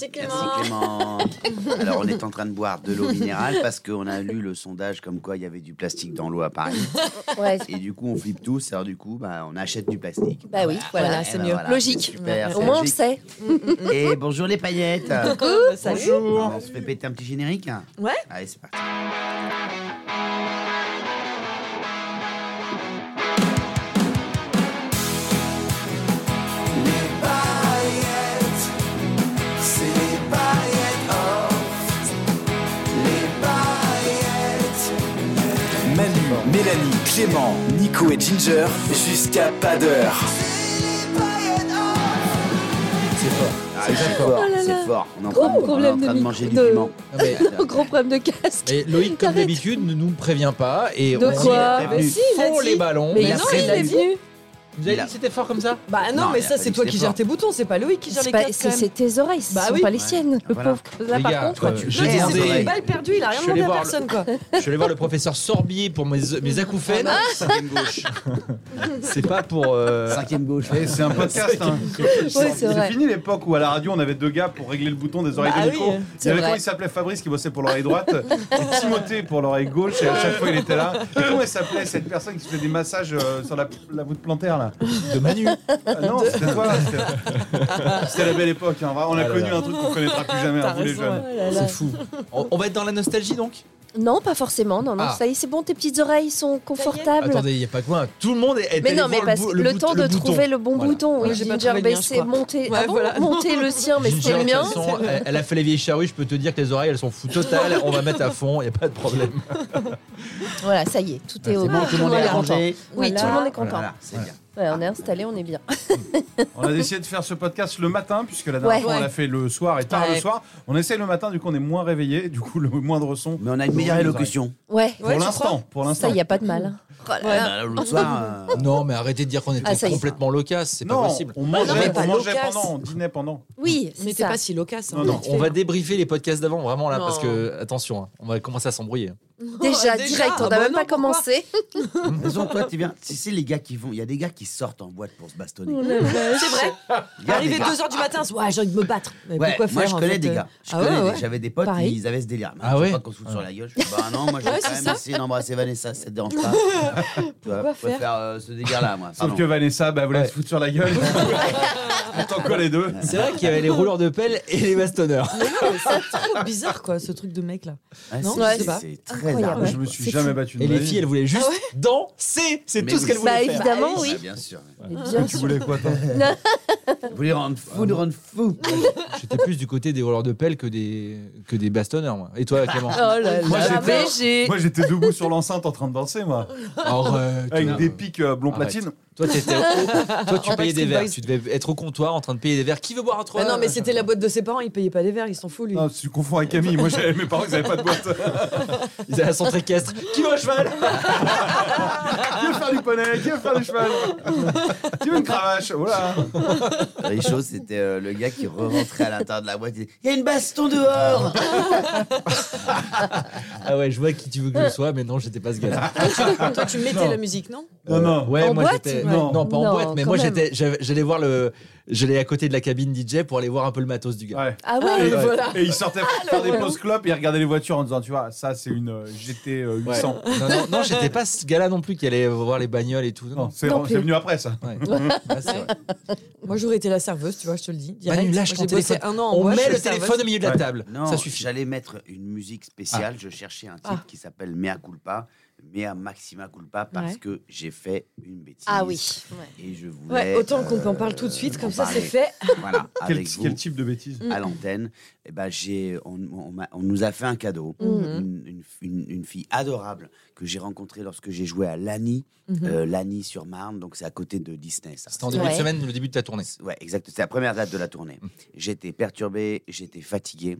C'est Merci Clément. Clément. Alors on est en train de boire de l'eau minérale parce qu'on a lu le sondage comme quoi il y avait du plastique dans l'eau à Paris. Ouais. Et du coup on flippe tous. Alors du coup bah, on achète du plastique. Bah oui, voilà. Voilà, Eh c'est ben mieux. voilà, Logique. c'est super, Au c'est moins on le logique. sait. Et bonjour les paillettes. Euh, Salut. On se fait péter un petit générique. hein Ouais. Allez c'est parti. Manu, Mélanie, Clément, Nico et Ginger, jusqu'à pas d'heure. C'est fort. Ah, C'est c'est fort. fort. Oh là là. C'est fort. On est en Gros train, de- on est problème en de train de micro- manger de- du piment. Gros problème de casque. Et Loïc, comme Arrête. d'habitude, ne nous prévient pas et De on quoi est Mais prévenu. si, il a Fond dit. les ballons. Mais Il a non, prévenu. il est venu. Vous avez dit que c'était fort comme ça Bah non, Non, mais il a ça, pas c'est dit toi que qui c'était gères fort. tes boutons, c'est pas Loïc qui gère C'est les pas- casques. C'est quand même. c'est tes oreilles, ce Bah sont oui. pas les siennes. Le Voilà. pauvre. Là, Les par gars, contre, euh, toi, tu je Non, gères. vais mais des c'est demander- des oreilles. balles perdues, il a Je rien suis demandé allé à voir le- personne, quoi. Je suis allé voir le professeur Sorbier pour mes, mes Ah, acouphènes. Cinquième gauche. C'est pas pour. euh, Cinquième gauche. Eh, c'est un podcast. hein. Ouais, c'est vrai. fini l'époque où à la radio on avait deux gars pour régler le bouton des oreilles Bah de oui, Nico. il c'est y avait vrai. quand il s'appelait Fabrice qui bossait pour l'oreille droite et Timothée pour l'oreille gauche et à chaque fois il était là. Et comment elle s'appelait cette personne qui se faisait des massages euh, sur la, la voûte plantaire là de Manu. Ah Non, c'était toi. c'était- C'était la belle époque. hein. On Ah a là connu là. un truc qu'on connaîtra plus jamais, T'as hein, vous les raison, jeunes. ouais. Oh là là. C'est fou. On, on va être dans la nostalgie donc Non, pas forcément. Non, non. Ah. Ça y est, c'est bon. Tes petites oreilles sont confortables. Attendez, il n'y a pas que moi. Tout le monde est. est Mais allé non, mais voir parce bou- que le, bout- temps de bouton. trouver le bon Voilà. bouton. Voilà. Oui, J'ai pas Ginger trouvé le Bay, mien, je c'est crois. monter. Ouais, ah bon, voilà. monter le sien, mais Ginger, c'était de le toute mien. façon, elle, elle a fait les vieilles charrues. Je peux te dire que les oreilles, elles sont fous totales. On va mettre à fond. Il n'y a pas de problème. Voilà, ça y est, tout est C'est au bon, tout le monde est content. rangé. Oui, Voilà. tout le monde est content. Voilà, c'est bien. Ouais, on est installé, on est bien. On a décidé de faire ce podcast le matin, puisque la dernière Ouais. fois on l'a Ouais. fait le soir et tard Ouais. le soir. On essaye le matin, du coup on est moins réveillé, du coup le moindre son. Mais on a une meilleure élocution. Ouais, Pour Ouais, tu l'instant, pour ça, l'instant. il n'y a pas de mal. Oh là Ouais. là. Bah, Ah. là, L'autre soir, euh, Non, mais arrêtez de dire qu'on était Ah, ça y est. complètement loquace. C'est pas Non, possible. on non, mais mangeait, pas on mangeait Lucas. pendant, on dînait pendant. Oui, Mais c'est t'es ça. pas si loquace. hein. Non, non, On va débriefer les podcasts d'avant, vraiment là, Non. parce que attention, hein, on va commencer à s'embrouiller. Déjà, Oh, direct, Ah on n'a bah même non, pourquoi pas commencé. de toute façon, euh, toi, tu viens. Si c'est les gars qui vont, il y a des gars qui sortent en boîte pour se bastonner. C'est vrai. Il y a Arrivé des gars. 2h du matin, c'est- ouais, j'ai envie de me battre. Mais Ouais, pourquoi moi faire, je en connais fait, des euh, gars. Je ah connais ouais, des- ouais. J'avais des potes, Pareil. ils avaient ce délire. Mais Ah je veux ouais. Pas qu'on se foute sur la gueule. Je fais, bah non, moi j'ai Ah Ouais, quand c'est même ça. essayé d'embrasser Vanessa, ça te dérange pas. Tu vois, Pourquoi je préfère euh, ce délire-là, moi. Sauf Pardon. que Vanessa, bah, voulait Ouais. se foutre sur la gueule. on t'en colle les deux. C'est vrai qu'il y avait les rouleurs de pelle et les bastonneurs. Mais non, mais c'est trop bizarre, quoi, ce truc de mec là. Ah, Non, c'est- ouais, c'est c'est- C'est très incroyable. large. Je me suis C'est jamais fou. battu de Et ma les vie. filles, elles voulaient juste danser. C'est Mais tout oui. ce qu'elles Bah voulaient faire. évidemment, Ah, oui. bien sûr. Mais bien Tu sûr. voulais quoi, toi Vous voulez rendre fou, de rendre fou. J'étais plus du côté des rouleurs de pelle que des, que des bastonneurs, moi. Et toi, Clément Oh là Moi, là, j'étais- BG. Moi, j'étais debout sur l'enceinte en train de danser, moi. Arrête. Avec Non. des pics euh, blond Arrête. platine. Toi, t'étais au- Toi, tu En payais Backstreet des verres. Boys. Tu devais être au comptoir en train de payer des verres. Qui veut boire entre Bah non, mais c'était la boîte de ses parents, il payait pas les verres, ils s'en foutent lui. Non, tu confonds avec Camille. Moi, j'avais mes parents, ils avaient pas de boîte. Qui Ils allaient à la centre équestre. Qui va au cheval veut faire du poney Qui veut faire du cheval Qui veut une cravache Voilà. Les choses, c'était euh, le gars qui re-rentrait à l'intérieur de la boîte. Il disait, il y a une baston dehors. Ah ouais, je vois qui tu veux que je sois, mais non, j'étais pas ce gars-là. Toi, tu mettais Non. la musique, non Non, non. Ouais, En moi boîte j'étais Ouais. non, non, pas en Non, boîte, mais quand moi même. j'étais j'avais- j'allais voir le j'allais à côté de la cabine DJ pour aller voir un peu le matos du gars. Ouais. Ah Et, ouais, ouais. Ah, voilà. Et ils sortaient faire des pauses clopes et ils regardaient les voitures en disant Tu vois, ça c'est une euh, GT euh, Ouais. 800. Non, non, non, j'étais pas ce gars-là non plus qui allait voir les bagnoles et tout. Non. Non, c'est Non plus. c'est venu après ça. Ouais. Ah, c'est vrai. Moi, j'aurais été la serveuse, tu vois, je te le dis. direct. Manu, lâche Moi, ton j'ai bossé téléphone. un an en On boîte, met je le suis serveuse. téléphone au milieu de la Ouais. table. Non, Ça suffit. Ah. j'allais mettre une musique spéciale. Je cherchais un titre qui s'appelle Mea Culpa. mea maxima culpa parce Ouais. que j'ai fait une bêtise. Ah oui. Et je Ouais, voulais. autant qu'on euh, en parle tout de suite, en comme ça c'est parler. fait. Voilà, Quel, avec vous quel type de bêtise à l'antenne. Eh ben, j'ai, on, on m'a- on nous a fait un cadeau. Mm-hmm. Une, une- une- une fille adorable que j'ai rencontrée lorsque j'ai joué à Lani, Mm-hmm. euh, Lani sur Marne, donc c'est à côté de Disney. ça. C'était en début Ouais. de semaine, le début de ta tournée. Ouais, exact. C'était la première date de la tournée. J'étais perturbé, j'étais fatigué.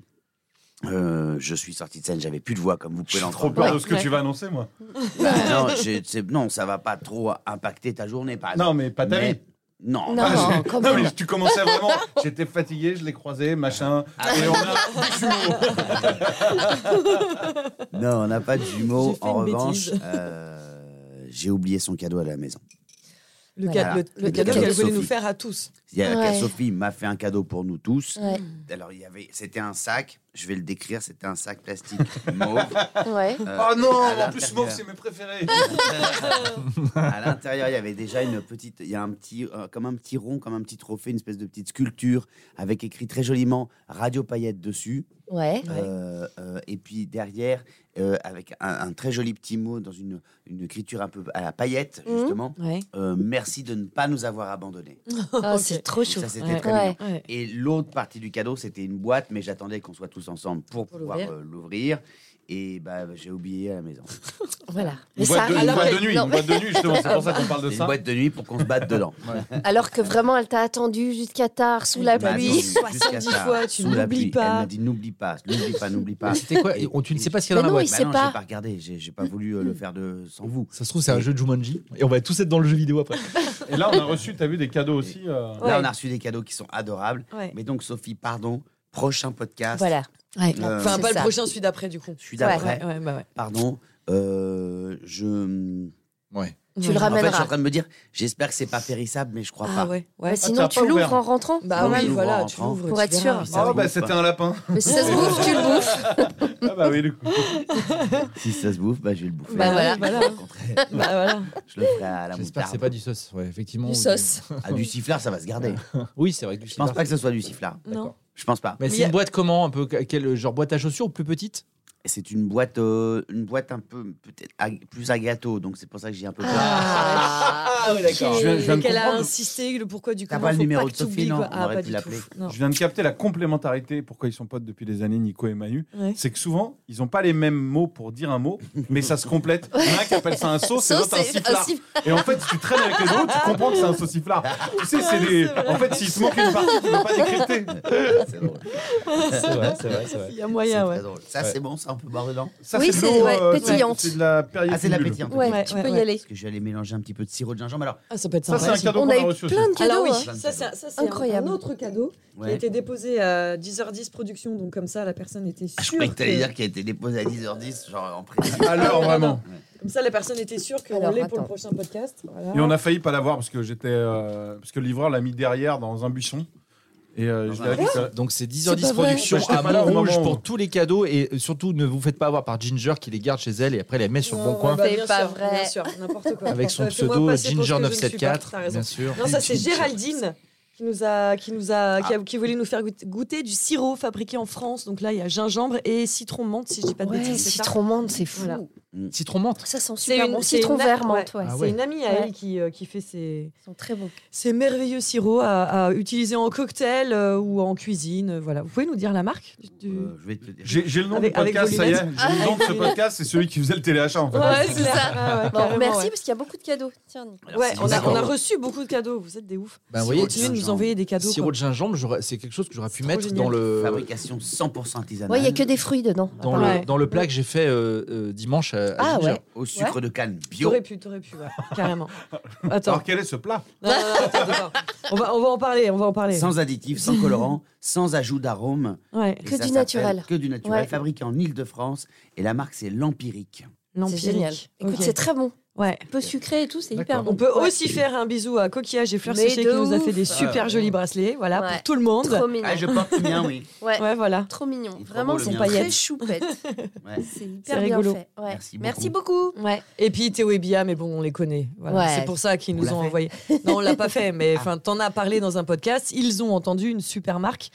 Euh, je suis sorti de scène, j'avais plus de voix, comme vous J'ai pouvez trop l'entendre. peur Ouais. de ce que Ouais. tu vas annoncer, moi. Bah, non, j'ai- c'est- non, ça va pas trop impacter ta journée, par exemple. Non, mais pas ta Ah, Mais- vie. Non, Non, pas- quand Non, même. mais tu commençais vraiment. J'étais fatigué, je l'ai croisé, machin. Et on a des jumeaux. non, on n'a pas de jumeaux. J'ai fait En une revanche, bêtise. euh, j'ai oublié son cadeau à la maison. Le, Ouais. ca- le- le cadeau Le cadeau qu'elle de voulait nous Sophie. faire à tous. Il y a- Ouais. Mm. Sophie m'a fait un cadeau pour nous tous. Ouais. Alors il y avait, c'était un sac. Je vais le décrire. C'était un sac plastique mauve. Ouais. euh, Oh non, à en plus, Mauve, l'intérieur. c'est mes préférés. à l'intérieur, il y avait déjà une petite, il y a un petit, euh, comme un petit rond, comme un petit trophée, une espèce de petite sculpture avec écrit très joliment Radio Paillette dessus. Ouais. Euh, euh, et puis derrière, euh, avec un, un très joli petit mot dans une, une écriture un peu à la paillette Mhm. justement. Ouais. Euh, merci de ne pas nous avoir abandonnés. Ah, c'est trop chaud. Ça c'était Ouais. très mignon. Ouais. Ouais. Et l'autre partie du cadeau, c'était une boîte, mais j'attendais qu'on soit tous ensemble pour, Pour pouvoir l'ouvrir. euh, l'ouvrir. Et bah, j'ai oublié à la maison. Voilà. Mais Une boîte ça- de- une alors, boîte que- de nuit, non, une boîte de nuit, justement. C'est pour ça qu'on parle de C'est ça. une boîte de nuit pour qu'on se batte dedans. alors que vraiment, elle t'a attendu jusqu'à tard, sous la Elle m'a pluie. attendu Ah bah soixante-dix jusqu'à ça, fois, tu sous la n'oublies pluie. pas. Elle m'a dit n'oublie pas, n'oublie pas, n'oublie pas. C'était quoi Et- Et on- Tu ne sais et- pas ce qu'il y Mais a dans la non, boîte. il Bah sait non, pas. j'ai pas regardé, j'ai j'ai pas voulu euh, le faire de, sans vous. Ça se trouve, c'est un jeu de Jumanji. Et on va tous être dans le jeu vidéo après. Et là, on a reçu, t'as vu, des cadeaux aussi. euh, Là, on a reçu des cadeaux qui sont adorables. Ouais. Mais donc, Sophie, pardon, prochain podcast. Voilà. Euh, Enfin, c'est pas le ça. prochain, celui d'après, du coup. Celui d'après. Ouais, ouais, bah ouais. Pardon, euh, je. Ouais. Tu Ouais. le En fait, je ramèneras. suis en train de me dire, j'espère que c'est pas périssable, mais je crois Ah pas. ouais. Bah, ouais. sinon, t'as tu pas l'ouvres ouvert. en rentrant. Bah oui, oui, l'ouvre voilà, en tu rentrant. l'ouvres. Pour tu être verras. sûr. Ah, Ça bah, se c'était bouffe, un lapin. Mais si ça se bouffe, tu le bouffes. Ah, bah oui, du coup. Si ça se bouffe, bah, je vais le bouffer. Bah, voilà. Au contraire, Bah voilà. je le ferai à la J'espère que bah, c'est moutarde. pas du sauce. Ouais, effectivement. Du ou sauce. Ah, du sifflard, ça va se garder. Oui, c'est vrai. que Du Je pense pas que ce soit du sifflard. Non. Je pense pas. Mais Mais c'est y a- une boîte comment un peu quelle genre boîte à chaussures plus petite C'est une boîte, euh, une boîte un peu peut-être ag- plus à gâteau, donc c'est pour ça que j'ai un peu peur. Ah oui D'accord. Je viens- je viens de Qu'elle a comprendre. insisté, le pourquoi du T'as comment. pas le faut numéro que de Sophie, t'oublies, non, quoi. on Ah, aurait pas pu du tout. l'appeler. Non. Je viens de capter la complémentarité, pourquoi ils sont potes depuis des années, Nico et Manu. Ouais. C'est que souvent, ils n'ont pas les mêmes mots pour dire un mot, mais ça se complète. Il y en a un qui appelle ça un sauce et Sauce, l'autre un c'est- sifflard. un sifflard. Et en fait, si tu traînes avec les autres, tu comprends que c'est un sauciflard. Tu sais, c'est des. En fait, s'il se manque une partie, tu ne peux pas décrypter. C'est drôle. C'est vrai, c'est vrai, c'est vrai. Il y a C'est Ah, moyen, ouais. très drôle. Ça, Ouais. c'est bon, ça, on peut boire dedans. Ça, Oui, de c'est- l'eau, ouais, euh, pétillante. C'est de la période. Ah, c'est de la pétillante. Ouais, Ouais, tu ouais, peux y ouais. aller. Parce que j'allais mélanger un petit peu de sirop de gingembre. Alors, Ah, ça peut être Ça, sympa. c'est un aussi. cadeau On qu'on a a eu reçu aussi. plein de cadeaux. Alors oui, hein. hein. ça c'est un- ça, c'est un- Incroyable. un autre cadeau qui a ouais. été déposé à 10h10 production, donc comme ça la personne était Ah, je sûre. croyais que t'allais que- dire qu'il a été déposé à 10h10, genre en précis. Alors, vraiment. Comme ça la personne était sûre qu'on Alors, l'est pour le attends. prochain podcast. Voilà. Et on a failli pas l'avoir parce que j'étais. euh, Parce que le livreur l'a mis derrière dans un buisson. Et euh, je l'ai récupéré. Donc c'est 10 C'est h pas 10 vrai. production Bah, j'étais à pas là au Montrouge moment où- pour tous les cadeaux et euh, surtout ne vous faites pas avoir par Ginger qui les garde chez elle et après les met sur le bon coin bah, C'est bien pas sûr, vrai. Bien sûr, n'importe quoi. avec son Euh, fais-moi passer pseudo pour ce que je ne suis pas, t'as Ginger974 raison. bien sûr. Ah. Non, ça c'est Géraldine qui nous a qui nous a, qui, a- qui voulait nous faire goûter, goûter du sirop fabriqué en France. Donc là il y a gingembre et citron menthe si je dis pas de Ouais, bêtises. c'est ça citron menthe, c'est fou. Voilà. Citron menthe. Ça sent C'est super une- bon. c'est Citron une- vert ouais. menthe, ouais. Ah C'est une amie à Ouais. elle qui, euh, qui fait ses, Ils sont très bons. ces merveilleux sirops à, à utiliser en cocktail euh, ou en cuisine. euh, voilà. Vous pouvez nous dire la marque du- du- Euh, je vais te le dire. J'ai j'ai le nom Avec- du podcast, avec ça y vos est. lunettes. J'ai le nom de ce Avec vos podcast, c'est celui qui faisait le téléachat en fait. Ouais, c'est clair. ça. Ah ouais, Bon, carrément, merci ouais. parce qu'il y a beaucoup de cadeaux. Tiens, Nick. Alors, Ouais, c'est on a, bizarre. on a reçu beaucoup de cadeaux. Vous êtes des oufs. Ben, vous Sirop voyez, de Continuez de nous gingembre. envoyer des cadeaux. sirop quoi. de gingembre, j'aurais- c'est quelque chose que j'aurais pu C'est trop mettre génial. dans le Fabrication 100% artisanale. Ouais, il y a que des fruits dedans. dans Ouais. le dans le plat que j'ai fait euh, euh, dimanche à, à Ah Ginger. ouais. Au sucre de canne bio. T'aurais pu, t'aurais pu, ouais, carrément. Attends. Alors, quel est ce plat Non, non, non, attends, attends. On, va, on va en parler, on va en parler. Sans additifs, sans colorants, sans ajout d'arômes. Ouais, Et Que ça du s'appelle naturel. Que du naturel. Ouais. Fabriqué en Ile-de-France. Et la marque, c'est l'Empirique. C'est génial. l'empirique. Écoute, Ok. c'est très bon. Ouais. Un peu sucré et tout, c'est hyper bon. On peut Ouais. aussi faire un bisou à Coquillage et Fleurs Mais Séchées de qui nous a fait ouf. des super jolis bracelets, voilà, Ouais. pour tout le monde. Trop mignon. Ah, je porte le mien, oui. Ouais. Ouais, voilà. Trop mignon. Il est trop Vraiment, beau, le c'est mien. très choupette. Ouais. C'est hyper C'est bien rigolo. fait. Ouais. Merci beaucoup. Merci beaucoup. Ouais. Et puis Théo et Bia, mais bon, on les connaît. Voilà. Ouais. C'est pour ça qu'ils On nous l'a ont fait. envoyé. Non, on l'a pas fait, mais enfin, t'en as parlé dans un podcast. Ils ont entendu une super marque.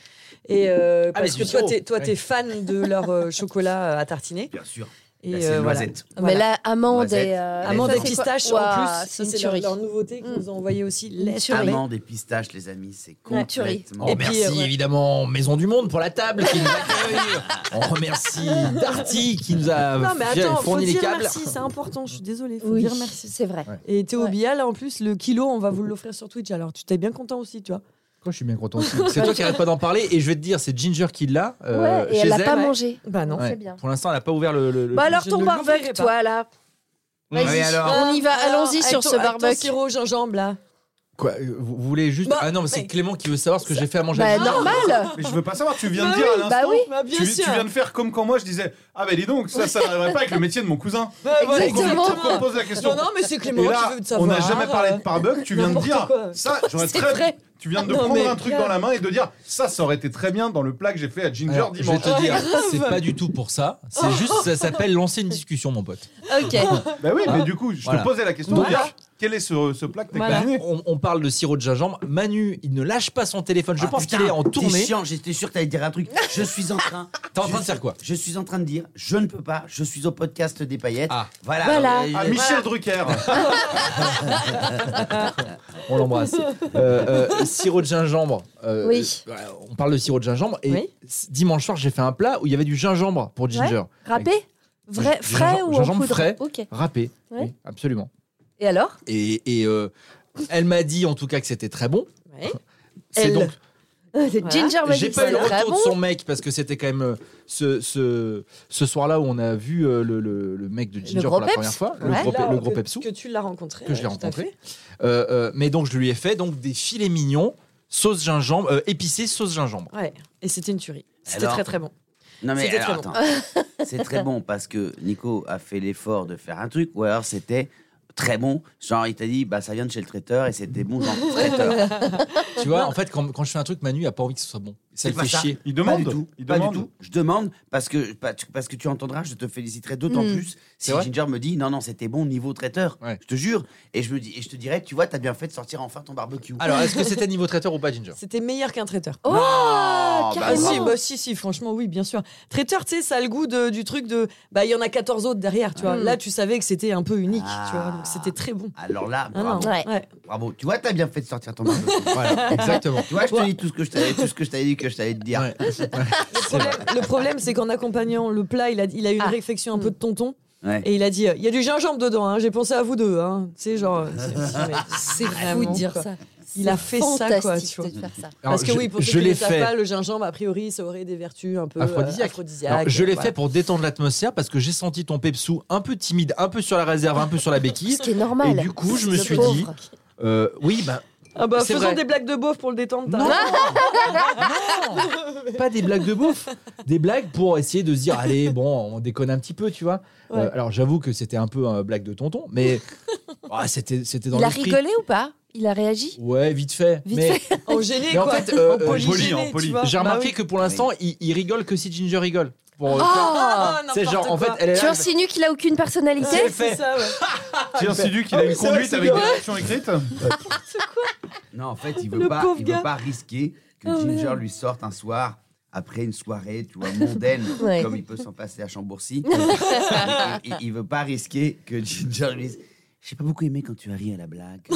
Et euh, Ah, parce mais que du toi, sirop. t'es, toi, Ouais. t'es fan de leur euh, chocolat à tartiner. Bien sûr. Et Là, Bah, c'est euh, voilà. noisette. Mais Voilà. là, amande Noisette. et. euh, Amande ça, et c'est pistache quoi en Ouah, plus, c'est une c'est leur, tuerie. Mm. leur nouveauté qu'ils nous ont envoyé aussi. Laisse tomber. Amandes et pistaches, les amis, c'est Ouais. Tuerie. complètement. Et On puis, remercie euh, ouais. évidemment Maison du Monde pour la table qui nous accueille. On remercie Darty qui nous a Non mais fait- attends, faut fourni les dire câbles. merci, c'est important. Je suis désolée, faut Oui, dire merci. c'est vrai. Et Théo Ouais. Bia, là en plus, le kilo, on va vous l'offrir sur Twitch. Alors tu t'es bien content aussi, tu vois. Pourquoi je suis bien content aussi C'est toi qui arrête pas d'en parler et je vais te dire, c'est Ginger qui l'a euh, ouais, et chez elle elle. a pas ouais. mangé. Bah non. Ouais. Hein c'est bien. Pour l'instant, elle a pas ouvert le. le- le- Bah alors je ton ne l'ouvrirai barbecue, pas. toi là. Ouais, Vas-y, mais alors- Ah, on y va, allons-y sur ce barbecue. barbecue. sirop au gingembre là. Quoi, euh, vous vous voulez juste. Bah, ah non, mais c'est mais- Clément qui veut savoir ce que j'ai fait à manger. Bah à midi. normal. Mais je veux pas savoir, tu viens de Bah dire à oui, l'instant. bah oui. Bah bien tu, sûr. tu viens de faire comme quand moi je disais Ah, bah dis donc, ça, ça n'arriverait pas avec le métier de mon cousin. Bah, voilà, Exactement. Pourquoi on pose la question Non non, mais c'est Clément Et là, qui veut te on savoir. n'a jamais parlé de parbuck, tu viens de n'importe dire quoi. ça, j'aurais C'est très vrai. Tu Ah viens de Non, prendre mais- un truc dans la main et de dire ça, ça aurait été très bien dans le plat que j'ai fait à Ginger Alors, je vais dimanche. te dire, Ouais, grave. c'est pas du tout pour ça. C'est juste, ça s'appelle lancer une discussion, mon pote. Ok. Bah oui, mais du coup, je Voilà. te posais la question Donc- de dire quel est ce, ce plat que t'as Voilà. cuisiné Bah, On, on parle de sirop de gingembre. Manu, il ne lâche pas son téléphone. Je Ah, pense putain, qu'il est en t'es tournée. chiant, j'étais sûr que t'allais dire un truc. Je suis en train. T'es en train de je- faire quoi Je suis en train de dire, je ne peux pas, je suis au podcast des paillettes. Ah. Voilà. Voilà. Euh, Ah, euh, Michel Drucker On l'embrasse. Euh, euh, sirop de gingembre. euh, Oui. euh, on parle de sirop de gingembre. Et Oui. c- dimanche soir, j'ai fait un plat où il y avait du gingembre pour Ginger. Râpé Vrai, Gingembre- frais ou en gingembre poudre frais. Ok. Râpé. Ouais. Oui, absolument. Et alors Et, et, euh, elle m'a dit en tout cas que c'était très bon. Ouais. C'est Elle. donc C'est Ginger Ah J'ai Magic, pas eu le c'est très retour bon. de son mec parce que c'était quand même euh, ce, ce, ce soir-là où on a vu euh, le, le- le mec de Ginger gros pour la peps, première fois, ouais. le, gros, pe- Là, le gros que- pepsou, que tu l'as rencontré. que je l'ai ouais, tout à fait. rencontré. Euh, euh, mais donc je lui ai fait donc des filets mignons, sauce gingembre, euh, épicé sauce gingembre. Ouais. Et c'était une tuerie. C'était Alors- très très bon. Non mais C'était alors, très attends. c'est très bon parce que Nico a fait l'effort de faire un truc ou alors c'était très bon. Genre il t'a dit bah ça vient de chez le traiteur et c'était bon genre traiteur. Tu vois, en fait quand, quand je fais un truc, Manu a pas envie que ce soit bon. Ça C'est le pas fait ça. chier. Il pas demande. du tout. Il Pas du demande. tout. Je demande parce que pas- tu- parce que tu entendras, je te féliciterai d'autant Hmm. Mm. plus si C'est vrai Ginger me dit non non c'était bon niveau traiteur. Ouais. Je te jure et je me dis et je te dirais tu vois t'as bien fait de sortir enfin ton barbecue. Alors est-ce que c'était niveau traiteur ou pas Ginger C'était meilleur qu'un traiteur. Oh, bah Ah carrément. si, bah si, si, franchement, oui, bien sûr. Traiteur, tu sais, ça a le goût de- du truc de. Bah, il y en a 14 autres derrière, tu vois. Mm. Là, tu savais que c'était un peu unique, tu vois. Ah. Donc, c'était très bon. Alors là Ah, bravo, non, Ouais. bravo. Tu vois t'as bien fait de sortir ton barbecue. Voilà, exactement. tu vois je te dis tout ce que je t'avais tout ce que je t'avais dit que je t'avais de dire. Ouais. Le problème, le problème, c'est qu'en accompagnant le plat, il a, il a eu une Ah. réflexion un peu de tonton. Ouais. Et il a dit euh, il y a du gingembre dedans, hein, j'ai pensé à vous deux. Hein. Tu sais, genre. euh, c'est- c'est- mais C'est Fou vraiment. de dire quoi. ça. Ah, Il a C'est fait ça, quoi, fantastique tu vois. de faire ça. Alors, Parce que je- oui, pour ceux je qui ne l'ai savent fait. pas, le gingembre, a priori, ça aurait des vertus un peu euh, Aphrodisiaque. aphrodisiaques. Alors, je l'ai voilà. fait pour détendre l'atmosphère parce que j'ai senti ton pepsou un peu timide, un peu sur la réserve, un peu sur la béquille. Ce qui est normal. Et du coup, je me Le suis dit, pauvre. Euh, oui, ben Ah bah, C'est faisons vrai. des blagues de beauf pour le détendre. t'as Non, raison. non. Pas des blagues de bouffe, des blagues pour essayer de se dire allez, bon, on déconne un petit peu, tu vois. Euh, Ouais. alors j'avoue que c'était un peu un blague de tonton, mais ah, c'était c'était dans Il a l'esprit. rigolé ou pas Il a réagi Ouais, vite fait. Vite mais En gêné, Mais en quoi. fait, euh, euh, poli, poli, gêné, en tu poli. vois. j'ai Bah remarqué oui. que pour l'instant, il, il rigole que si Ginger rigole. Pour, euh, Ah, c'est n'importe genre en quoi. fait, elle est Tu là, insinues qu'il a aucune personnalité Ouais, c'est ça, ouais. Tiens, c'est lui qui a une Ah, c'est vrai que conduite c'est avec des bien. options écrites. Non, en fait, il Le veut pas, pauvre il veut gars. pas risquer que Oh, Ginger merde. lui sorte un soir après une soirée, tu vois, mondaine, Ouais. comme il peut s'en passer à Chambourcy. il, il- il veut pas risquer que Ginger lui dise J'ai pas beaucoup aimé quand tu as ri à la blague.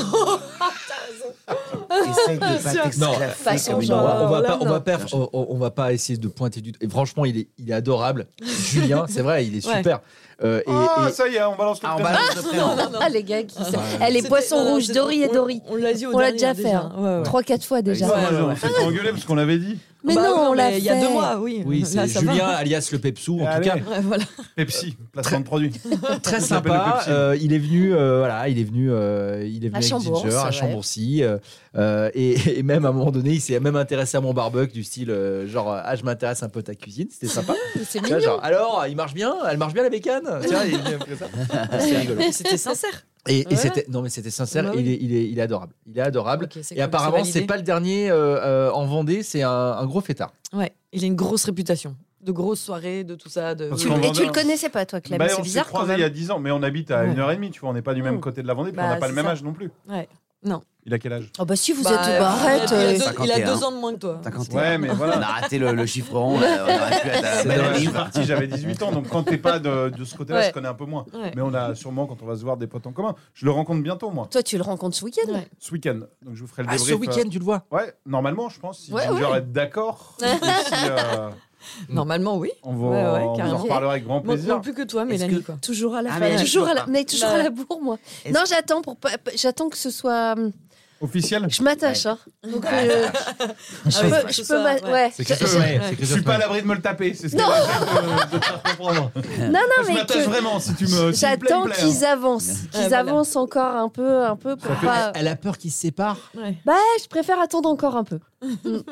Essaye de pas sûr. Non, t'exclaffer façon, comme une on genre, euh, va, robe. on va là, pas, on non. va pas- on- on- on va pas essayer de pointer du. Et franchement, il est, il est adorable. Julien, c'est vrai, il est Ouais. Oh, super. Euh, et- Ah, et- ça y est, on balance le Ah, on prénom. balance le prénom. Ah, les gars qui sont- ouais. Elle est C'était- poisson non, non, rouge, c'est- Dory et on- Dory. on l'a dit au On l'a dernier, déjà fait. Ouais, ouais. hein. Trois, quatre fois déjà. Ah, Ouais, On s'est fait engueuler parce qu'on l'avait dit. Mais Bah, non, on l'a mais fait. Il y a deux mois, oui. oui, c'est Là, ça va. Julien, alias le Pepsou, en Allez. tout cas. Ouais, voilà. Pepsi, placement de produit. très Il s'appelle le sympa. Pepsi. euh, il est venu, euh, voilà, il est venu, euh, il est venu À avec Chambourg, Ginger, c'est à vrai. Chambourcy, euh, euh, et, et même à un moment donné, il s'est même intéressé à mon barbecue du style euh, genre ah je m'intéresse un peu à ta cuisine, c'était sympa. C'est Tu vois, mignon. genre, alors il marche bien, elle marche bien la bécane. Tiens, il est venu après ça. C'est rigolo. C'était sincère. Et, et Ouais. c'était non mais c'était sincère, Bah il, oui. est, il est il est adorable, il est adorable. Ok, c'est Et cool, apparemment, c'est validé. pas le dernier euh, euh, en Vendée, c'est un, un gros fêtard. Ouais, il a une grosse réputation. De grosses soirées, de tout ça. De... Parce Tu- qu'on Et tu vendait- le connaissais pas, toi, Clem Bah, C'est on s'est bizarre quand croisés il y a même. 10 ans, mais on habite à Ouais. 1h30, tu vois, on n'est pas du même Mm. côté de la Vendée, puis Bah, on n'a pas le c'est même ça. âge non plus. Ouais. Non. Il a quel âge Oh bah si, vous Bah, êtes... bah, il a- arrête. il a euh, deux- Il a 51. deux ans de moins que toi. 51. Ouais, mais On voilà. a raté le, le chiffre rond. là, On aurait pu être à C'est Bel dommage, je Ami. suis parti, j'avais 18 ans, donc quand t'es pas de, de ce côté-là, Ouais. je connais un peu moins. Ouais. Mais on a sûrement, quand on va se voir, des potes en commun. Je le rencontre bientôt, moi, Toi, tu le rencontres ce week-end Ouais. ce week-end. Donc je vous ferai le Ah, débrief. ce week-end, tu le vois. euh, Ouais, normalement, je pense, si Ouais, Ginger ouais. est d'accord. et si, euh, Normalement, oui. on va, Ouais, ouais, on vous en carrément. reparlera avec grand Moi plaisir. plus que toi, Est-ce Mélanie. que- quoi. Toujours à la Ah, fin. mais là, toujours je à la... vois pas. Mais toujours Bah, à la bourre, moi. Est-ce- Non, j'attends pour pas- j'attends que ce soit... hum, Officiel Je m'attache, hein. Donc, euh, je Ah oui, faut peux... Je que ce peux m'a- soit- ouais. C'est Je- Christophe je- Ouais. Maé, c'est Je suis Christophe pas à Maé. l'abri de me le taper, c'est ce que Non. j'essaie de, de te faire comprendre. Non, non, je mais m'attache que- vraiment si tu me. s'il te plaît, J'attends me plaît, hein. qu'ils avancent. Ouais, Qu'ils voilà. avancent encore un peu, un peu pour pas... Elle a peur qu'ils se séparent. Ouais. Bah, je préfère attendre encore un peu.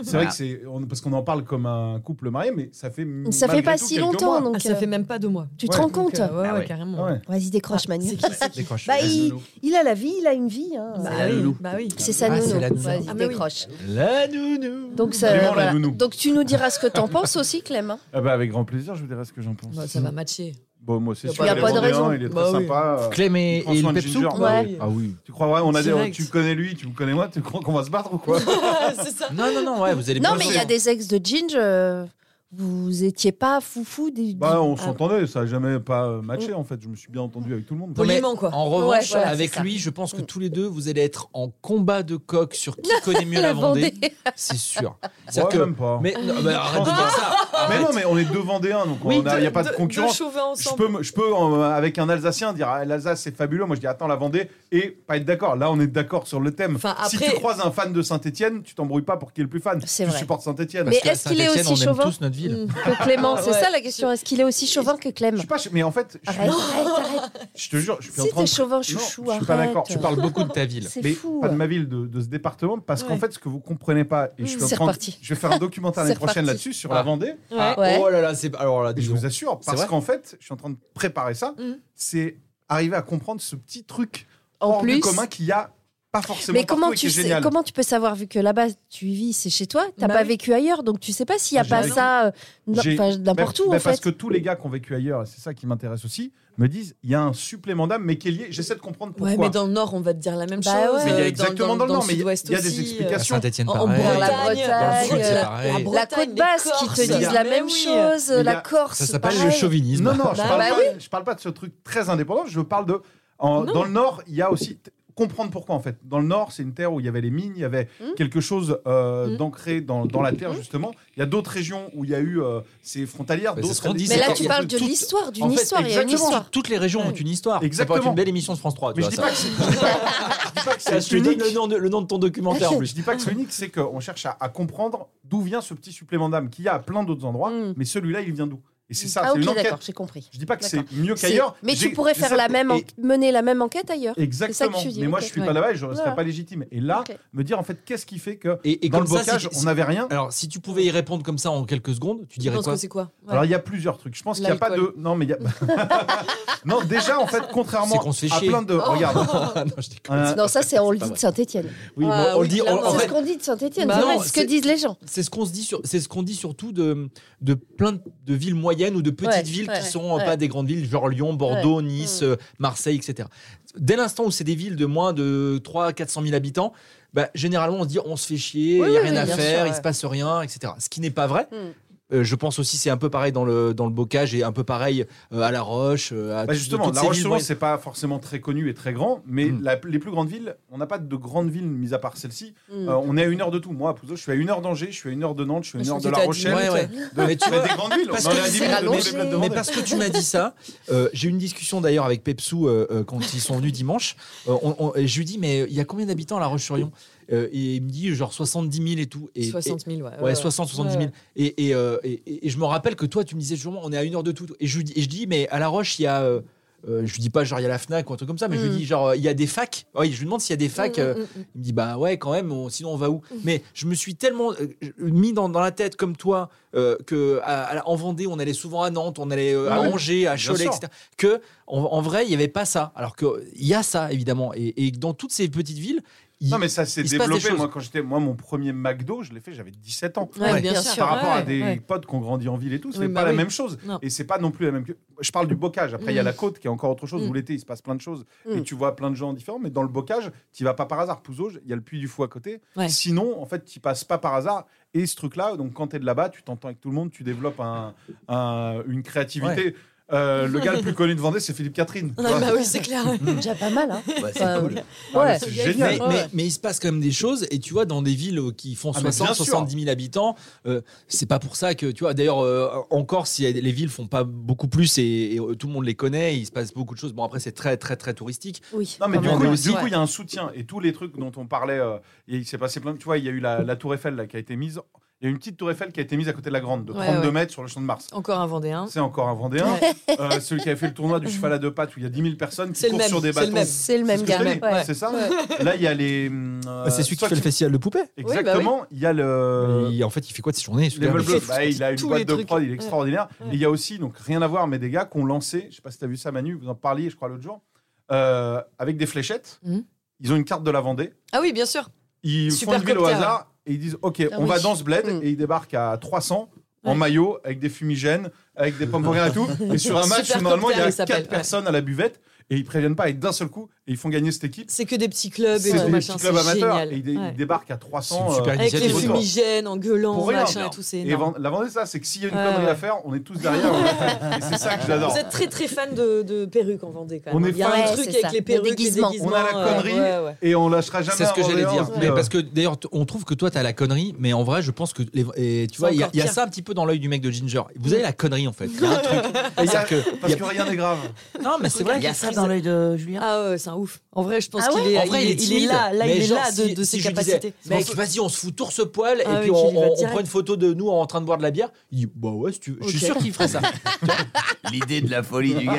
C'est vrai que c'est. on- Parce qu'on en parle comme un couple marié, mais ça fait. Ça fait malgré pas tout si quelques longtemps, mois. donc Ah, ça euh, fait même pas deux mois. tu te Ouais, rends donc, compte. Ah, ouais, Ah ouais, ouais. carrément. Ah ouais. Vas-y, décroche, Manu. Décroche. Bah, il, il a la vie, il a une vie. hein. Bah, la oui. nounou. bah oui. C'est ça, Ah, nounou. c'est la nounou. Vas-y, Ah, mais oui. décroche. La nounou. Donc, ça, Vraiment, la voilà. nounou. Donc, tu nous diras ce que t'en penses aussi, Clem. hein. Ah bah, avec grand plaisir, je vous dirai ce que j'en pense. Bah, ça va matcher. Bon, moi, c'est Y a sûr. pas- il y a est pas de vendéen, raison. Il est très Bah oui. sympa. euh, Clem et, il prend et soin le de Pepsou Ginger, bah Ouais. oui. Ah oui. Tu crois vrai on a des- Direct. Tu connais lui, tu me connais moi, tu crois qu'on va se battre ou quoi c'est ça. Non, non, non, ouais, vous allez Non, bien mais il le y a faire. des ex de Ginge. euh, Vous étiez pas foufou des. Bah, on Ah, s'entendait, ça a jamais pas euh, matché en fait. Je me suis bien entendu avec tout le monde. Non, mais Poliment, quoi. En revanche, Ouais, voilà, avec c'est ça. lui, je pense que tous les deux, vous allez être en combat de coq sur qui connaît mieux la La Vendée. Vendée. C'est sûr. Ouais, C'est-à-dire que- même pas. Mais, Mais, non, mais arrête de pense dire Ah ça. Arrête. non, mais on est deux Vendéens, donc il n'y a pas de concurrence. Deux chauvins Je ensemble. peux, me- je peux en- avec un Alsacien dire ah, l'Alsace c'est fabuleux. Moi je dis attends la Vendée et pas être d'accord. Là on est d'accord sur le thème. Enfin, Si après- tu croises un fan de Saint-Étienne, tu t'embrouilles pas pour qui est le plus fan. C'est tu vrai. supportes Saint-Étienne. Mais Parce qu'à est-ce qu'il est Saint-Étienne, aussi on aime chauvin Mm. tous notre ville. Que Clément, c'est Ouais. ça la question. Est-ce qu'il est aussi chauvin que Je Clem suis pas, ch- mais en fait, je, suis- Arrête, arrête, arrête. je te jure, je suis en Ah bah Si train t'es de. chauvin, Non, chouchou, je suis arrête. pas d'accord. Tu Tu parles beaucoup de ta ville. C'est mais fou. pas de ma ville, de, de ce département, parce qu'en Ouais. fait, ce que vous comprenez pas, et je, Mm. peux C'est prendre- reparti. je vais faire un documentaire l'année C'est prochaine reparti. là-dessus sur Ah. la Vendée, Ouais. Ouais. Oh là là, c'est. Alors là, et je disons. vous assure, C'est parce vrai qu'en fait, je suis en train de préparer ça, c'est arriver à comprendre ce petit truc Mm. En hors du plus- commun qu'il y a pas forcément Mais comment partout et qui tu est sais, génial. comment tu peux savoir vu que là-bas tu y vis, c'est chez toi, t'as Bah pas oui. vécu ailleurs, donc tu sais pas s'il y a J'ai pas raison. ça euh, non, J'ai- enfin, n'importe Ben, où ben en Parce fait. que tous les gars qui ont vécu ailleurs, et c'est ça qui m'intéresse aussi, me disent il y a un supplément d'âme, mais qui est lié. J'essaie de comprendre pourquoi. Ouais, mais dans le Nord, on va te dire la même Bah chose. ouais. Mais il y a euh, exactement dans le Nord, mais il y a- Sud-Ouest il y a des aussi, euh, À explications. Saint-Étienne, En pareil. Bretagne, Dans la le Sud, c'est euh, pareil. Bretagne, La côte basque qui te disent Mais il y la Mais même oui. chose, Mais il y la a- Corse. Ça s'appelle le pareil. chauvinisme. Non, non, je Bah parle, bah pas, je parle pas de ce truc très indépendant, je parle de. en- dans le Nord, il y a aussi. t- Comprendre pourquoi, en fait. Dans le Nord, c'est une terre où il y avait les mines, il y avait Mmh. quelque chose euh, d'ancré dans, dans la terre, justement. Il y a d'autres régions où il y a eu. euh, c'est frontalière, Mais Bah, c'est d'autres. ce qu'on dit, Mais c'est là quand tu il y a parles de tout- l'histoire, En d'une fait, histoire, il y a une exactement, histoire. Toutes les régions ont une histoire. Ça peut être Exactement. une belle émission de France 3. tu Mais vois, je dis ça. pas que c'est- je dis pas- je dis pas que Ça, je c'est te donne unique. le nom, de, le nom de ton documentaire en Je plus. dis pas que c'est unique, c'est qu'on cherche à, à comprendre d'où vient ce petit supplément d'âme qu'il y a à plein d'autres endroits, Mm. mais celui-là, il vient d'où Et c'est ça, Ah c'est ok, une enquête. d'accord, j'ai compris. Je dis pas que c'est D'accord. mieux C'est- qu'ailleurs. Mais J'ai- tu pourrais j'essaie faire la de- même, en- et- mener la même enquête ailleurs. Exactement. tu dis, mais moi, ok. je suis pas Ouais. là-bas et je ne serais Voilà. pas légitime. Et là, Ok. me dire en fait, qu'est-ce qui fait que Et, et dans le comme ça, si bocage, tu- on n'avait rien Alors, si tu pouvais y répondre comme ça en quelques secondes, tu Tu dirais penses quoi que c'est quoi Ouais. Alors il y a plusieurs trucs. Je pense qu'il n'y a pas de. L'alcool. Non mais il y a. non déjà en fait contrairement C'est qu'on se fait à chier. plein de. Oh. Regarde. Euh, Bah, Ah, non, je déconne. un- Non, ça c'est on le pas dit de vrai. Saint-Étienne. Oui, Ah, bon, on oui, le dit. on- en clairement. C'est fait, ce qu'on dit de Saint-Étienne, Bah c'est non, vrai, c'est ce que c'est- disent les gens. c'est ce qu'on se dit sur, c'est ce qu'on dit surtout de de plein de villes moyennes ou de petites Ouais, villes ouais, qui sont euh, ouais. Mm. pas des grandes villes, genre Lyon, Bordeaux, Nice, euh, Marseille, etc. Dès l'instant où c'est des villes de moins de 3 400 000 habitants, bah, généralement on se dit on se fait chier, il Oui, n'y a oui, rien oui, à bien faire, sûr, il se ouais. passe rien, etc. Ce qui n'est pas vrai. Mm. Euh, je pense aussi c'est un peu pareil dans le dans le bocage et un peu pareil euh, à La Roche. euh, à Bah, tout- justement, toutes La ces Roche villes sur moyennes. c'est pas forcément très connu et très grand, mais Mm. la- les plus grandes villes, on n'a pas de grandes villes mis à part celle-ci. Mm. Euh, on est à une heure de tout. Moi, à Pouzo, je suis à une heure d'Angers, je suis à une heure de Nantes, je suis à une Parce heure que de La t'étais à Rochelle. Ouais, ouais. De, Mais tu Mais vois, des grandes villes. parce on en que est à c'est 10 minutes de rallongé. tous les plates de Mais Vendée. parce que tu m'as dit ça, euh, j'ai eu une discussion d'ailleurs avec Pepsou euh, euh, quand ils sont venus dimanche. Euh, on- on- et je lui dis, mais il y a combien d'habitants à La Roche-sur-Yon Euh, Et il me dit, genre 70 000 et tout. Et, 60 000, ouais. et- ouais, 60, 70 000. Ouais, ouais. Et, et, euh, et- et- et je me rappelle que toi, tu me disais toujours, on est à une heure de tout. Et je, lui dis- et je dis, mais à La Roche, il y a. euh, euh, je lui dis pas genre il y a la Fnac ou un truc comme ça, mais je lui Mm. dis genre euh, il y a des facs. Ouais, je lui demande s'il y a des facs. euh, Mm, mm, mm. il me dit bah ouais quand même, on- sinon on va où Mais je me suis tellement euh, mis dans, dans la tête comme toi euh, que à- à- en Vendée on allait souvent à Nantes, on allait euh, à Ouais, Angers, à Cholet, sûr. etc. Que en, en vrai il y avait pas ça. Alors que il y a ça évidemment et, et dans toutes ces petites villes il- Non, mais ça s'est il se passe des développé. choses. Moi, quand j'étais, moi, mon premier McDo, je l'ai fait, j'avais 17 ans. Ouais, Ouais. bien sûr. Par rapport à Ouais, des ouais. potes qui ont grandi en ville et tout, c'est Oui, pas bah la oui. même chose. Non. Et c'est pas non plus la même. que- Je parle du bocage. Après, il y a la côte qui est encore autre chose. Mm. Où l'été, il se passe plein de choses. Et Mm. tu vois plein de gens différents. Mais dans le bocage, tu vas pas par hasard. Pouzauge, il y a le puits du Fou à côté. Ouais. Sinon, en fait, tu passes pas par hasard. Et ce truc-là, donc quand tu es de là-bas, tu t'entends avec tout le monde, tu développes un, un- une créativité. Euh, le gars le plus connu de Vendée, c'est Philippe Catherine. Non, bah oui, c'est clair. ouais. Déjà pas mal, hein. Bah, c'est Enfin, cool. Ah, mais ouais. c'est Mais, génial. Ouais, mais- ouais. mais il se passe quand même des choses, et tu vois, dans des villes qui font Ah, mais bien 60, sûr. 70 000 habitants, euh, c'est pas pour ça que, tu vois, d'ailleurs, euh, encore si elles- les villes font pas beaucoup plus et, et, euh, tout le monde les connaît, il se passe beaucoup de choses. Bon, après, c'est très, très, très touristique. Oui. Non, mais quand du même. coup, hein. on est il- aussi, du coup, il y a un soutien. Et tous les trucs dont on parlait, euh, et il s'est passé plein de. Tu vois, il y a eu la, la Tour Eiffel là, qui a été mise. Il y a une petite Tour Eiffel qui a été mise à côté de la grande, de Ouais, 32 ouais. mètres sur le champ de Mars. Encore un Vendéen. C'est encore un Vendéen. Euh, celui qui avait fait le tournoi du cheval à deux pattes où il y a 10 000 personnes qui C'est le courent même, sur des c'est le bâtons. même. C'est le C'est même ce que je gars. te dis, Ouais. C'est ça Là, il y a les. euh, Bah, c'est celui qui Sox- fait le festival de poupées. bah oui. Exactement. Il y a le. Et en fait, Euh, il fait quoi de ses journées Euh, Les celui-là Meubles Mais- Bleus, bah, il a une Tous boîte les de trucs. prod, il est extraordinaire. Ouais. Et il y a aussi, donc rien à voir, mais des gars qui ont lancé, je sais pas si tu as vu ça Manu, vous en parliez je crois l'autre jour, euh, avec des fléchettes. Mhm. Ils ont une carte de la Vendée, Ah oui, bien sûr. ils Super font une ville au cocktail. Mmh. hasard et ils disent ok, Ah on oui. va dans ce bled Mhm. et ils débarquent à 300 en Ouais. maillot avec des fumigènes, avec des pommes et tout. Et sur un Super match, où normalement, il cocktail, y a il s'appelle, 4 ouais. personnes à la buvette et ils préviennent pas et d'un seul coup, et ils font gagner cette équipe. C'est que des petits clubs et C'est tout des machin. petits clubs c'est amateurs génial. et ils dé- Ouais. ils débarquent à C'est 300. une super euh, Avec les Initiative. fumigènes, en gueulant, Pour rien, machin et non. tout, c'est Et énorme. Van- la Vendée, ça, c'est que s'il y a une Ouais, connerie ouais. à faire, on est tous derrière. on le fait. Et c'est ça que j'adore. Vous êtes très très fan de, de perruques en Vendée quand même. On est Il y a fan. un Ouais, truc c'est avec ça. les Le perruques, les déguisement. déguisements. On a la ouais, connerie. euh, ouais, ouais. Et on lâchera jamais. C'est ce que un j'allais dire. Vendéen, on se dit, Mais euh, parce que d'ailleurs, t- on trouve que toi, t'as la connerie, mais en vrai, je pense que. les- et tu vois, il y, a- encore il y a pire. ça un petit peu dans l'œil du mec de Ginger. Vous avez la connerie, en fait. Il y a un truc. Et il y a- C'est-à-dire que- parce que rien n'est grave. Non, mais c'est vrai. Il y a ça dans l'œil de Julien. Ah ouais, c'est un ouf. En vrai, je pense Ah qu'il ouais est, en vrai, il est, euh, il est timide. là, là, Mais il est genre, là de, si- de si ses je lui disais, capacités. Mec, vas-y, on se fout tourse poil Ah et oui, puis on, qu'il y va on- on direct. prend une photo de nous en train de boire de la bière. Il dit, bah ouais, si tu veux. Je suis Ok. sûr qu'il ferait ça. L'idée de la folie du gars.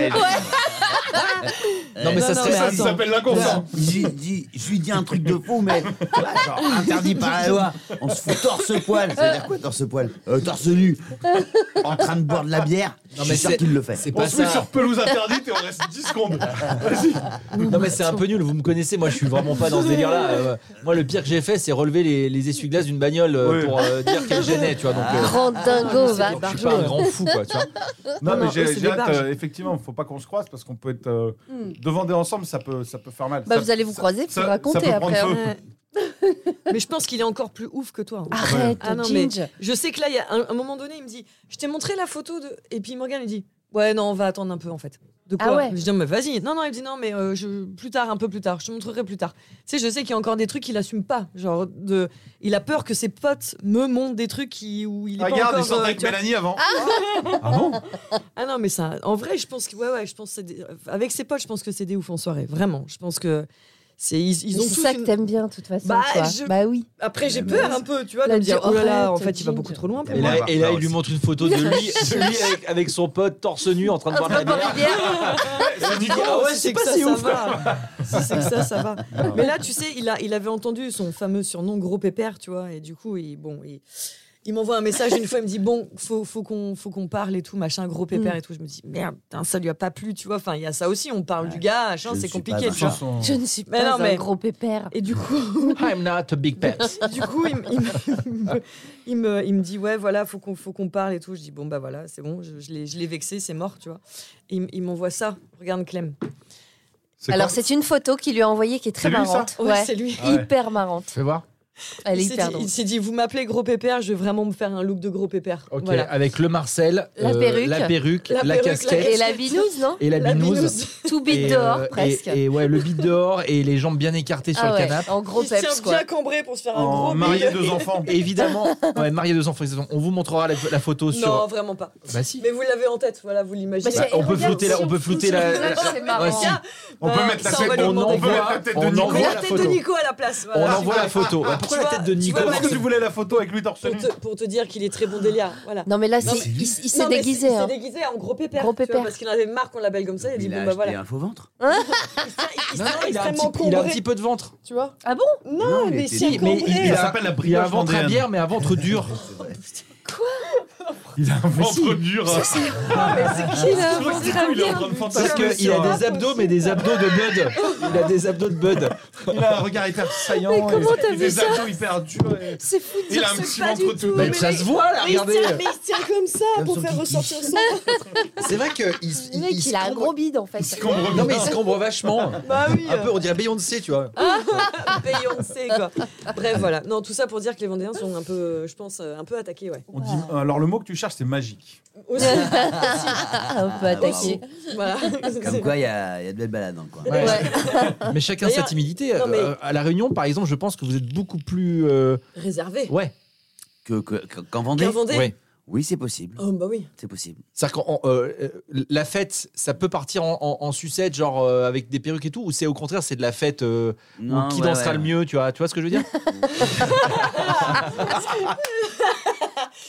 Non, Non, mais non, ça serait mais ça. attends. Ça s'appelle l'inconscient. Je lui dis- je lui dis un truc de fou, mais tu vois, genre, interdit par la loi. On se fout torse-poil. Ça veut dire quoi, torse-poil Euh, Torse nu. En train de boire de la bière. Non, Non, mais mais sûr c'est- qu'il le fait. C'est On pas se met sur ça. pelouse interdite et on reste 10 secondes. Vas-y. Non, mais c'est un peu nul. Vous me connaissez. Moi, je suis vraiment pas dans ce délire-là. Euh, moi, le pire que j'ai fait, c'est relever les, les essuie-glaces d'une bagnole euh, Oui. pour euh, dire qu'elle gênait, tu vois. Donc, euh, Grand dingo, va. donc, je suis pas un grand fou, quoi, tu vois. Non, Non, mais eux, j'ai c'est j'ai des hâte, barges. Hmm. euh, effectivement, faut pas qu'on se croise parce qu'on peut être euh, devant des ensemble, ça peut, ça peut faire mal. Bah, Ça- vous allez vous ça- croiser, vous ça- ça racontez peut prendre après. hein. feu. Mais je pense qu'il est encore plus ouf que toi. hein. Arrête, Ah non, mais Ginge. je sais que là, il y a un, un moment donné, il me dit Je t'ai montré la photo de. Et puis Morgan, il dit Ouais, non, on va attendre un peu en fait. De quoi Ah ouais. Je dis Mais vas-y. Non, non, il me dit Non, mais euh, je... plus tard, un peu plus tard, je te montrerai plus tard. Tu sais, je sais qu'il y a encore des trucs qu'il assume pas. Genre, de... il a peur que ses potes me montrent des trucs qui... où il est Ah, Regarde, pas ils encore. sortent euh, avec tu vois. Mélanie avant. Ah bon Ah non, mais ça. En vrai, je pense que. Ouais, ouais, je pense que c'est des- Avec ses potes, je pense que c'est des ouf en soirée. Vraiment. Je pense que. C'est, ils, ils Mais ont c'est tous ça une- que t'aimes bien, de toute façon. Bah, toi. je- bah oui. Après, j'ai Mais peur mais- un peu, tu vois, de La me dire, oh là là, en fait, il va Ginger. beaucoup trop loin pour Et moi. bah, là, et là, il lui aussi. montre une photo de lui, de lui avec, avec son pote torse nu en train de boire de la bière. Oh, Ah ouais, si c'est que pas ça, si ça ouf. Ah va. Si c'est que ça, ça va. Mais là, tu sais, il, a, il avait entendu son fameux surnom Gros Pépère, tu vois, et du coup, il, bon, il, il m'envoie un message une fois, il me dit Bon, faut, faut qu'on faut qu'on parle et tout, machin, Gros Mm. Pépère et tout. Je me dis Merde, putain, ça lui a pas plu, tu vois. Enfin, il y a ça aussi, on parle du gars, machin, Je ne c'est suis compliqué, pas tu vois. un Chanson. Je ne suis Mais pas non, un mais- gros pépère. Et du coup. I'm not a big pet. du coup, il, me- il me, il, me, il me dit ouais, voilà, faut qu'on faut qu'on parle et tout. Je dis bon bah voilà, c'est bon, je, je l'ai je l'ai vexé, c'est mort, tu vois. Et il, m- il m'envoie ça. Regarde Clem. C'est Alors, quoi c'est une photo qu'il lui a envoyée qui est très C'est lui, ça marrante. Ouais, Ouais. c'est lui. Ah ouais. Hyper marrante. Fais voir. Elle est il s'est hyper dit, drôle. il s'est dit, vous m'appelez gros pépère, je vais vraiment me faire un look de gros pépère. Ok, Voilà. avec le Marcel, euh, La perruque. la, perruque, La la, perruque, la- casquette Et la binouse, non et la, La binouse. binouse. Tout Et, bite euh, dehors, et- presque. Et, ouais, le bide dehors et les jambes bien écartées sur ah le ouais, canapé. en gros il se peps, tient quoi. bien cambré pour se faire un En gros marié bébé. deux enfants. Et évidemment, ouais, marié deux enfants, exactement. on vous montrera la, la photo sur. Non, vraiment pas. Bah si. Mais vous l'avez en tête, voilà, vous l'imaginez. Bah, c'est- on peut regarde, flouter si la- on on peut fout flouter sur la. le la- image, c'est marrant. Ouais, si. Tiens, On peut bah, mettre la ça, on va tête lui on on demander. peut mettre envoie, la tête de on Mais Nico. envoie la la tête de photo. Nico à la place. On voilà. Ah, envoie la photo. Ouais, Tu Pourquoi la vois, tête de tu Nico vois, Parce que tu voulais la photo avec lui torse Pour nu. te, pour te dire qu'il est très bon délire. Voilà. Non, mais là, Non, c'est- mais- il, il s'est Non, mais déguisé. Il s'est hein. déguisé en gros pépère. Gros tu vois, pépère. parce qu'il en avait marre qu'on l'appelle comme ça. Il a dit Il bon a bah acheté voilà. Ah, un faux ventre. Il se tient- il se Non, tient il a un extrêmement petit- il a un cambré. petit peu de ventre. Tu vois Ah bon Non, il mais était si dit, mais cambré. il Ça a- s'appelle Il la a un brioche ventre à vendéenne. bière, mais un ventre dur. Il a un ventre si. dur. c'est qui là Je crois que c'est Très tout, il est en bien. train de Parce fantasmer qu'il a sur un- des abdos, mais des abdos de Bud. Il a des abdos de Bud. Il a un regard hyper saillant. Mais comment et- t'as et vu des ça abdos hyper durs. et- C'est fou de Il dire a un ce petit pas du ventre tout. tout. Mais, Mais ça se voit là, Mais il, regardez. tient, mais il tient comme ça Comme pour son faire kiki. ressortir son. C'est vrai que il, Le mec, il, a un gros bide en fait. cambre Non mais il se cambre vachement. Bah oui. Un peu, on dirait Beyoncé, tu vois. Beyoncé quoi. Bref voilà. Non tout ça pour dire que les Vendéens sont un peu, euh, je pense, euh, un peu attaqués ouais. On dit, alors le mot que tu cherches, c'est magique. Aussi. Ah, on peut bravo. attaquer. voilà. Comme C'est- quoi, il y, a il y a de belles balades dans le coin. Ouais. Ouais. Mais chacun sa D'ailleurs, timidité. non, mais- Euh, à la Réunion, par exemple, je pense que vous êtes beaucoup plus. euh, Réservé. Ouais. Que- que- que- Qu'en Vendée Bien Vendée. Ouais. Oui, c'est possible. Oh, bah oui. C'est possible. C'est-à-dire que la fête, ça peut partir en, en- en sucette, genre euh, avec des perruques et tout, ou c'est au contraire, c'est de la fête euh, où Non, qui ouais, dansera ouais. le mieux, tu vois, tu vois ce que je veux dire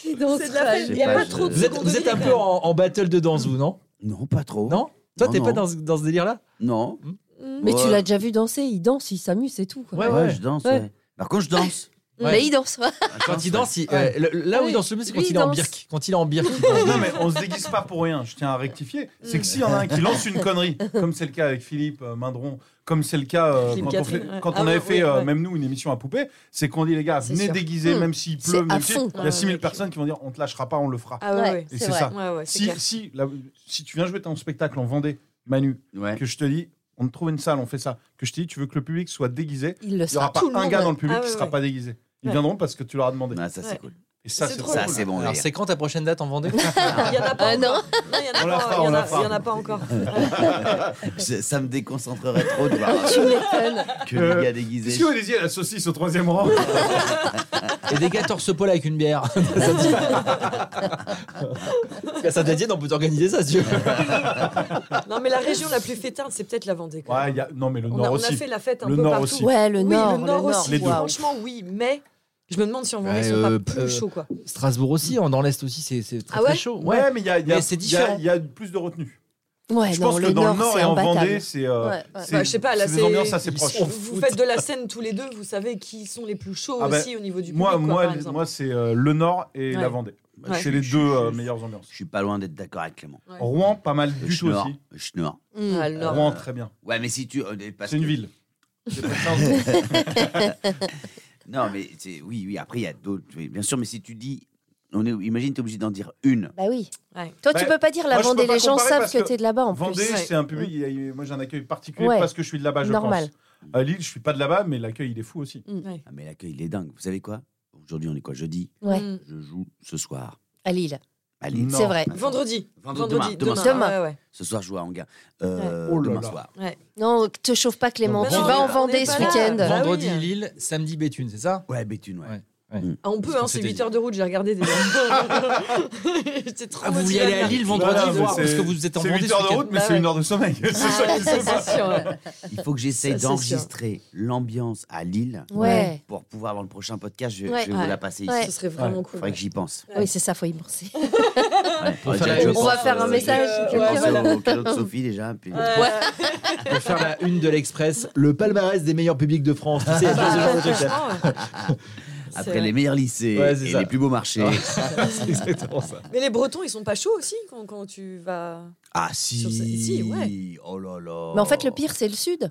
Qui danse C'est de la fête. Je Il sais n'y a pas, pas, je- trop de Vous êtes, secondes vous êtes un degrés, peu en, en battle de danse, vous, non Non, pas trop. Non Toi, Non, t'es pas non. dans, ce- dans ce délire-là Non. Mm. Mais tu Ouais. l'as déjà vu danser, il danse, il s'amuse, c'est tout. quoi. Ouais, Ouais, ouais. je danse. Ouais. ouais. Par contre, je danse. Ouais. Mais il danse. Quand il danse, il- euh, le- le- là où il danse le mieux, c'est quand Lui, il est en danse. birk. Quand il est en birk. il danse. non, mais on se déguise pas pour rien. Je tiens à rectifier. C'est que s'il y en a un qui lance une connerie, comme c'est le cas avec Philippe euh, Mindron, comme c'est le cas euh, Philippe quand, on, Catherine, fait- ouais. quand Ah on avait ouais, fait, ouais, euh, ouais. même nous, une émission à poupée, c'est qu'on dit, les gars, C'est venez sûr. déguiser, Mmh. même s'il C'est pleut, même à si- fond. il y a 6000 Ouais. personnes qui vont dire, on te lâchera pas, on le fera. Ah ouais, ouais. Et c'est ça. Ouais, ouais, c'est Si, clair. si, la- si tu viens jouer ton spectacle en Vendée, Manu, Ouais. que je te dis, on te trouve une salle, on fait ça, que je te dis, tu veux que le public soit déguisé, Il le il n'y aura sera pas tout le un monde. gars dans le public Ah qui ouais, ne sera ouais. pas déguisé. Ils Ouais. viendront parce que tu leur as demandé. Ah, ça, c'est Ouais. cool. Et ça, C'est c'est trop drôle. Ça, c'est bon. Alors, délire. c'est quand ta prochaine date en Vendée Il y en a pas Ah non. encore. Non, il y en a On la pas- fera, il y on en la a- fera. Il y en a pas encore. Je- ça me déconcentrerait trop de voir que le gars déguisé. Qu'est-ce que vous disiez, la saucisse au troisième rang Et des gars torse poil avec une bière. ça te dit ça t'a dit, on peut t'organiser ça, si tu veux. Non, mais la région la plus fêtarde, c'est peut-être la Vendée. quand Ouais, même. il y a- Non, mais le on, Nord a, on a aussi. fait la fête un Le peu Nord partout. aussi. Ouais, le Oui, nord. le Nord aussi. Les deux. waouh. Franchement, oui, mais je me demande si en Bah, Vendée, ils sont euh, pas euh, plus chauds, quoi. Strasbourg aussi, en- dans l'Est aussi, c'est c'est très, Ah ouais très chaud. Ouais, mais il y a, il y a- Mais c'est il y a- différent. il y a plus de retenue. Ouais, je non, pense que le dans nord, le Nord c'est et en imbattable. Vendée, c'est euh, Ouais, ouais. c'est- Bah, je sais pas, là, c'est c'est- des ambiances assez ils proches. sont- Vous faites de la scène tous les deux, vous savez qui sont les plus chauds Ah bah, aussi au niveau du public. Moi, quoi, moi, par les- exemple. moi c'est euh, le Nord et Ouais. la Vendée. Bah, Ouais. C'est les deux euh, meilleures ambiances. Je suis pas loin d'être d'accord avec Clément. Ouais. Rouen, pas mal Je du tout schnorre, aussi. je schnorre. Ah, le Nord. Rouen, très bien. Ouais, mais si tu. euh, parce C'est une que- ville. C'est pas ça. Non, mais c'est- oui, oui. Après, il y a d'autres. oui, Bien sûr, mais si tu dis, on est, imagine, tu es obligé d'en dire une. Bah oui. Ouais. Toi, Bah, tu peux pas dire la moi, je peux Vendée. pas Les gens comparer savent parce que, que t'es de là-bas en Vendée, plus. c'est un public. il y a eu- Moi, j'ai un accueil particulier Ouais. parce que je suis de là-bas, je Normal. pense. À Lille, je suis pas de là-bas, mais l'accueil, il est fou aussi. Ouais. Ah, mais l'accueil, il est dingue. Vous savez quoi Aujourd'hui, on est quoi Jeudi. Ouais. Mm. Je joue ce soir. À Lille, Allez. Non. c'est vrai. Vendredi. Vendredi, Vendredi, demain, demain. Ah demain. Mm. Ouais, ouais. Ce soir, je joue à Anguin. Euh, Ouais. Oh là demain là. soir. Non, te chauffe pas Clément, Non, tu non, vas en est- on on est Vendée pas ce là. week-end. Bah Vendredi oui. Lille, samedi Béthune, c'est ça Ouais, Béthune, ouais. Ouais. Ah, on peut, Parce hein, qu'on c'est s'était 8 heures de route, j'ai regardé déjà. J'étais trop Ah, vous motivée voulez aller à regarder. Lille vendredi Voilà, mais voir c'est- parce que vous êtes en C'est Vendée 8 ce heures de week-end. route, mais Bah c'est ouais. une heure de sommeil. C'est Ah, ça qui se ouais, passe. c'est sûr, ouais. Il faut que j'essaye Ça, c'est d'enregistrer l'ambiance à Lille Ouais. pour pouvoir, dans le prochain podcast, je, Ouais. je vais vous Ouais. la passer Ouais. ici. Ce serait vraiment Il cool. faudrait que j'y pense. Oui, c'est ça, faut y penser. Ouais. Pour Ouais, je- faire la- je on pense, va faire un euh, message, je quelqu'un. pense Voilà. au cadeau de Sophie déjà. puis- Ouais. Pour faire la une de l'Express, le palmarès des meilleurs publics de France. Tu sais, ce genre de truc, là. Bah, Franchement, Après C'est les vrai. meilleurs lycées Ouais, c'est et ça. les plus beaux marchés. C'est exactement ça. Mais les Bretons, ils sont pas chauds aussi quand, quand tu vas. Ah Sur ce- si. si, ouais. Oh là là. Mais en fait, le pire, c'est le sud.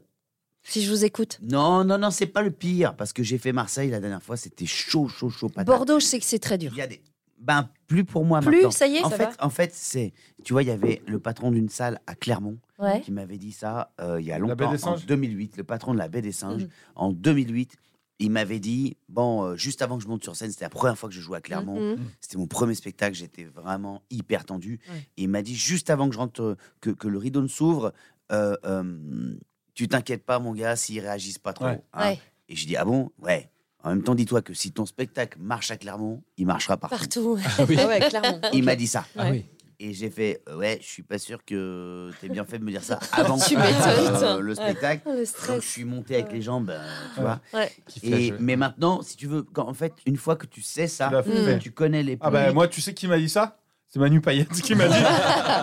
Si je vous écoute. Non, non, non, c'est pas le pire. Parce que j'ai fait Marseille la dernière fois, c'était chaud, chaud, chaud. Patate. Bordeaux, je sais que c'est très dur. Il y a des. Ben, plus pour moi Plus, maintenant. ça y est, en ça fait, va. En fait, c'est. Tu vois, il y avait le patron d'une salle à Clermont Ouais. qui m'avait dit ça euh, il y a La longtemps, Baie des en Singes 2008. Le patron de la Baie des Singes, Mhm. en 2008, il m'avait dit Bon, euh, juste avant que je monte sur scène, c'était la première fois que je jouais à Clermont. Mhm. C'était mon premier spectacle, j'étais vraiment hyper tendu. Ouais. Et il m'a dit juste avant que je rentre, euh, que, que le rideau ne s'ouvre, euh, euh, tu t'inquiètes pas, mon gars, s'ils réagissent pas trop. Ouais. hein. Ouais. Et je dis ah bon, ouais. En même temps, dis-toi que si ton spectacle marche à Clermont, il marchera partout. Partout. Ah oui. Ah ouais, clairement. Il m'a dit ça. Ah oui. Et j'ai fait euh, ouais, je suis pas sûr que t'aies bien fait de me dire ça avant Tu euh, m'étonnes. le spectacle. Le Donc, je stress. suis monté avec les jambes, euh, tu vois. Qui flash, Et, ouais. mais maintenant, si tu veux, quand, en fait, une fois que tu sais Tu ça, l'as fait. tu connais les Ah bah publics, moi tu sais qui m'a dit ça c'est Manu Payette qui m'a dit,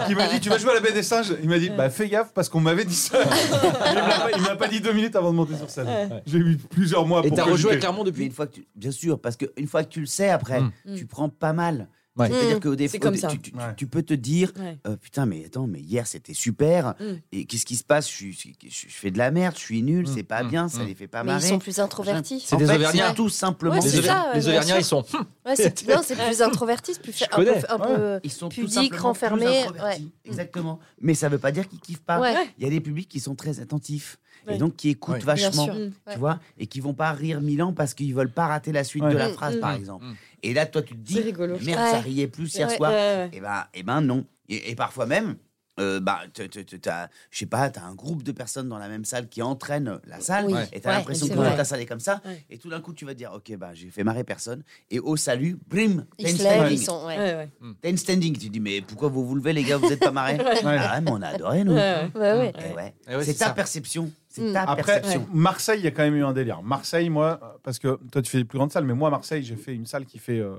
qui m'a dit tu vas jouer à la baie des singes. Il m'a dit bah fais gaffe parce qu'on m'avait dit ça. Il me l'a pas- il m'a pas dit deux minutes avant de monter sur scène. Ouais. J'ai eu plusieurs mois Et pour. t'as cogiter. rejoué à Clermont Mais une depuis fois que tu... Bien sûr, parce qu'une fois que tu le sais, après, Mm. tu prends pas mal. Ouais. C'est-à-dire que au dé- C'est au comme dé- ça. Tu, tu- tu- Ouais. tu peux te dire, Ouais. euh, putain, mais attends, mais hier c'était super. Mm. Et qu'est-ce qui se passe je, suis- je- je fais de la merde, je suis nul, Mm, c'est pas mm, bien, ça mm. les fait pas Mais ils marrer. sont plus introvertis. C'est En des fait, Auvergnats. Tout simplement. Ouais, Les, c'est des Auver- ça, ouais, les bien Auvergnats, sûr. ils sont. Ouais, c'est- non, c'est plus introvertis, plus Je un peu, connais. un peu- Ils sont tout pudiques, simplement plus euh, renfermés, introvertis. ouais. Mm. Exactement. Mais ça veut pas dire qu'ils kiffent pas. Ouais. Il y a des publics qui sont très attentifs Ouais. et donc qui écoutent Ouais. Bien vachement. sûr. Tu Ouais. vois, et qui vont pas rire mille ans parce qu'ils veulent pas rater la suite Ouais. de la Mm, phrase, mm, par mm, exemple. mm. Et là, toi, tu te dis, C'est rigolo. merde, Ouais. ça riait plus hier Ouais. soir. Ouais, ouais. Eh ben, eh ben non. Et, et parfois même, euh, bah, te- te- te- t'as- je sais pas, t'as un groupe de personnes dans la même salle qui entraînent la salle, Oui. et t'as Ouais, l'impression c'est que dans vrai. ta salle est comme ça, Ouais. et tout d'un coup tu vas te dire, ok, bah j'ai fait marrer personne, et au salut, brim, Ils ten se lèvent, standing. ils sont. ouais. Ouais, ouais. Ten standing, tu dis, mais pourquoi vous vous levez les gars, vous êtes pas marrés Ah ouais, mais on a adoré nous. Ouais, Ouais, ouais. Eh ouais. Eh ouais, c'est c'est ta ça. perception, c'est Mm. ta Après, perception. Marseille, il y a quand même eu un délire. Marseille, moi, euh, parce que toi, tu fais des plus grandes salles, mais moi, à Marseille, j'ai fait une salle qui fait, euh,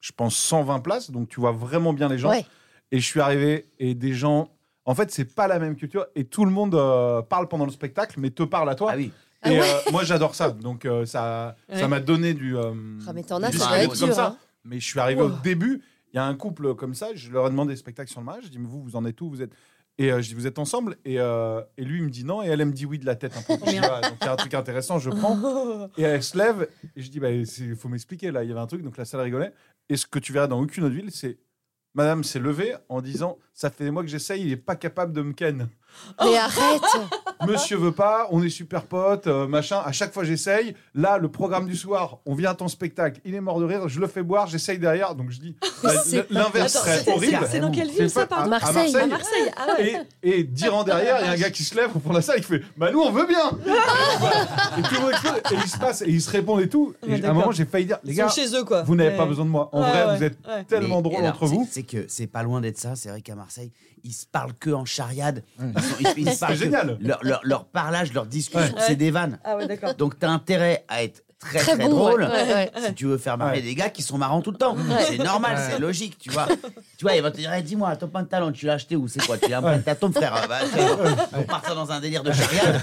je pense, 120 places. Donc, tu vois vraiment bien les gens. Ouais. Et je suis arrivé et des gens. En fait, c'est pas la même culture. Et tout le monde euh, parle pendant le spectacle, mais te parle à toi. Ah oui, Ah Et ouais. euh, moi, j'adore ça. Donc, euh, ça Ouais. ça m'a donné du. euh, Ah, mais t'en as, du ça doit stress être comme dur, ça. hein. Mais je suis arrivé au début. Il y a un couple comme ça. Je leur ai demandé des spectacles sur le mariage. Je dis, mais vous, vous en êtes où Vous êtes. Et euh, je dis, vous êtes ensemble et, euh, et lui, il me dit non. Et elle, elle me dit oui de la tête. Un Oh, peu. Je dis, Ah, donc, il y a un truc intéressant, je prends. Et elle se lève. Et je dis, bah, il faut m'expliquer. Là, il y avait un truc. Donc, la salle rigolait. Et ce que tu verras dans aucune autre ville, c'est. Madame s'est levée en disant Ça fait des mois que j'essaye, il n'est pas capable de me ken. Mais arrête Monsieur veut pas, on est super potes, euh, machin. À chaque fois, j'essaye. Là, le programme du soir, on vient à ton spectacle, il est mort de rire, je le fais boire, j'essaye derrière. Donc je dis, bah, C'est pas l'inverse Attends, serait c'est- horrible. c'est- c'est dans quelle C'est ville ça, pas- à- pardon à Marseille. À Marseille. Ah ouais. Et, et dire en derrière, il y a un gars qui se lève au fond de la salle et qui fait Bah, nous, on veut bien Et tout le monde explose, et il se passe, et ils se répondent et tout. Ouais, Et à un d'accord. moment, j'ai failli dire Les Ils gars, sont chez eux, quoi. vous n'avez Ouais. pas besoin de moi. En Ouais, vrai, ouais, vous êtes ouais. tellement Mais- drôle et alors, entre c'est- vous. C'est que c'est pas loin d'être ça. C'est vrai qu'à Marseille, ils se parlent que en chariade. Ouais. Ils sont- ils- ils se parlent que- Mm. génial. Leur, leur, leur parlage, leur discussion, Ouais. c'est des vannes. Ah ouais, d'accord. Donc t'as intérêt à être très très, Très bon. ouais, drôle. ouais, ouais. Si tu veux faire marrer Ouais. des gars qui sont marrants tout le temps, c'est normal, Ouais. c'est logique, tu vois. tu vois, ils vont te dire, Eh, dis-moi, ton pantalon, tu l'as acheté où C'est quoi Tu l'as emprunté à ton frère hein Bah, tiens, On part ça dans un délire de chariade,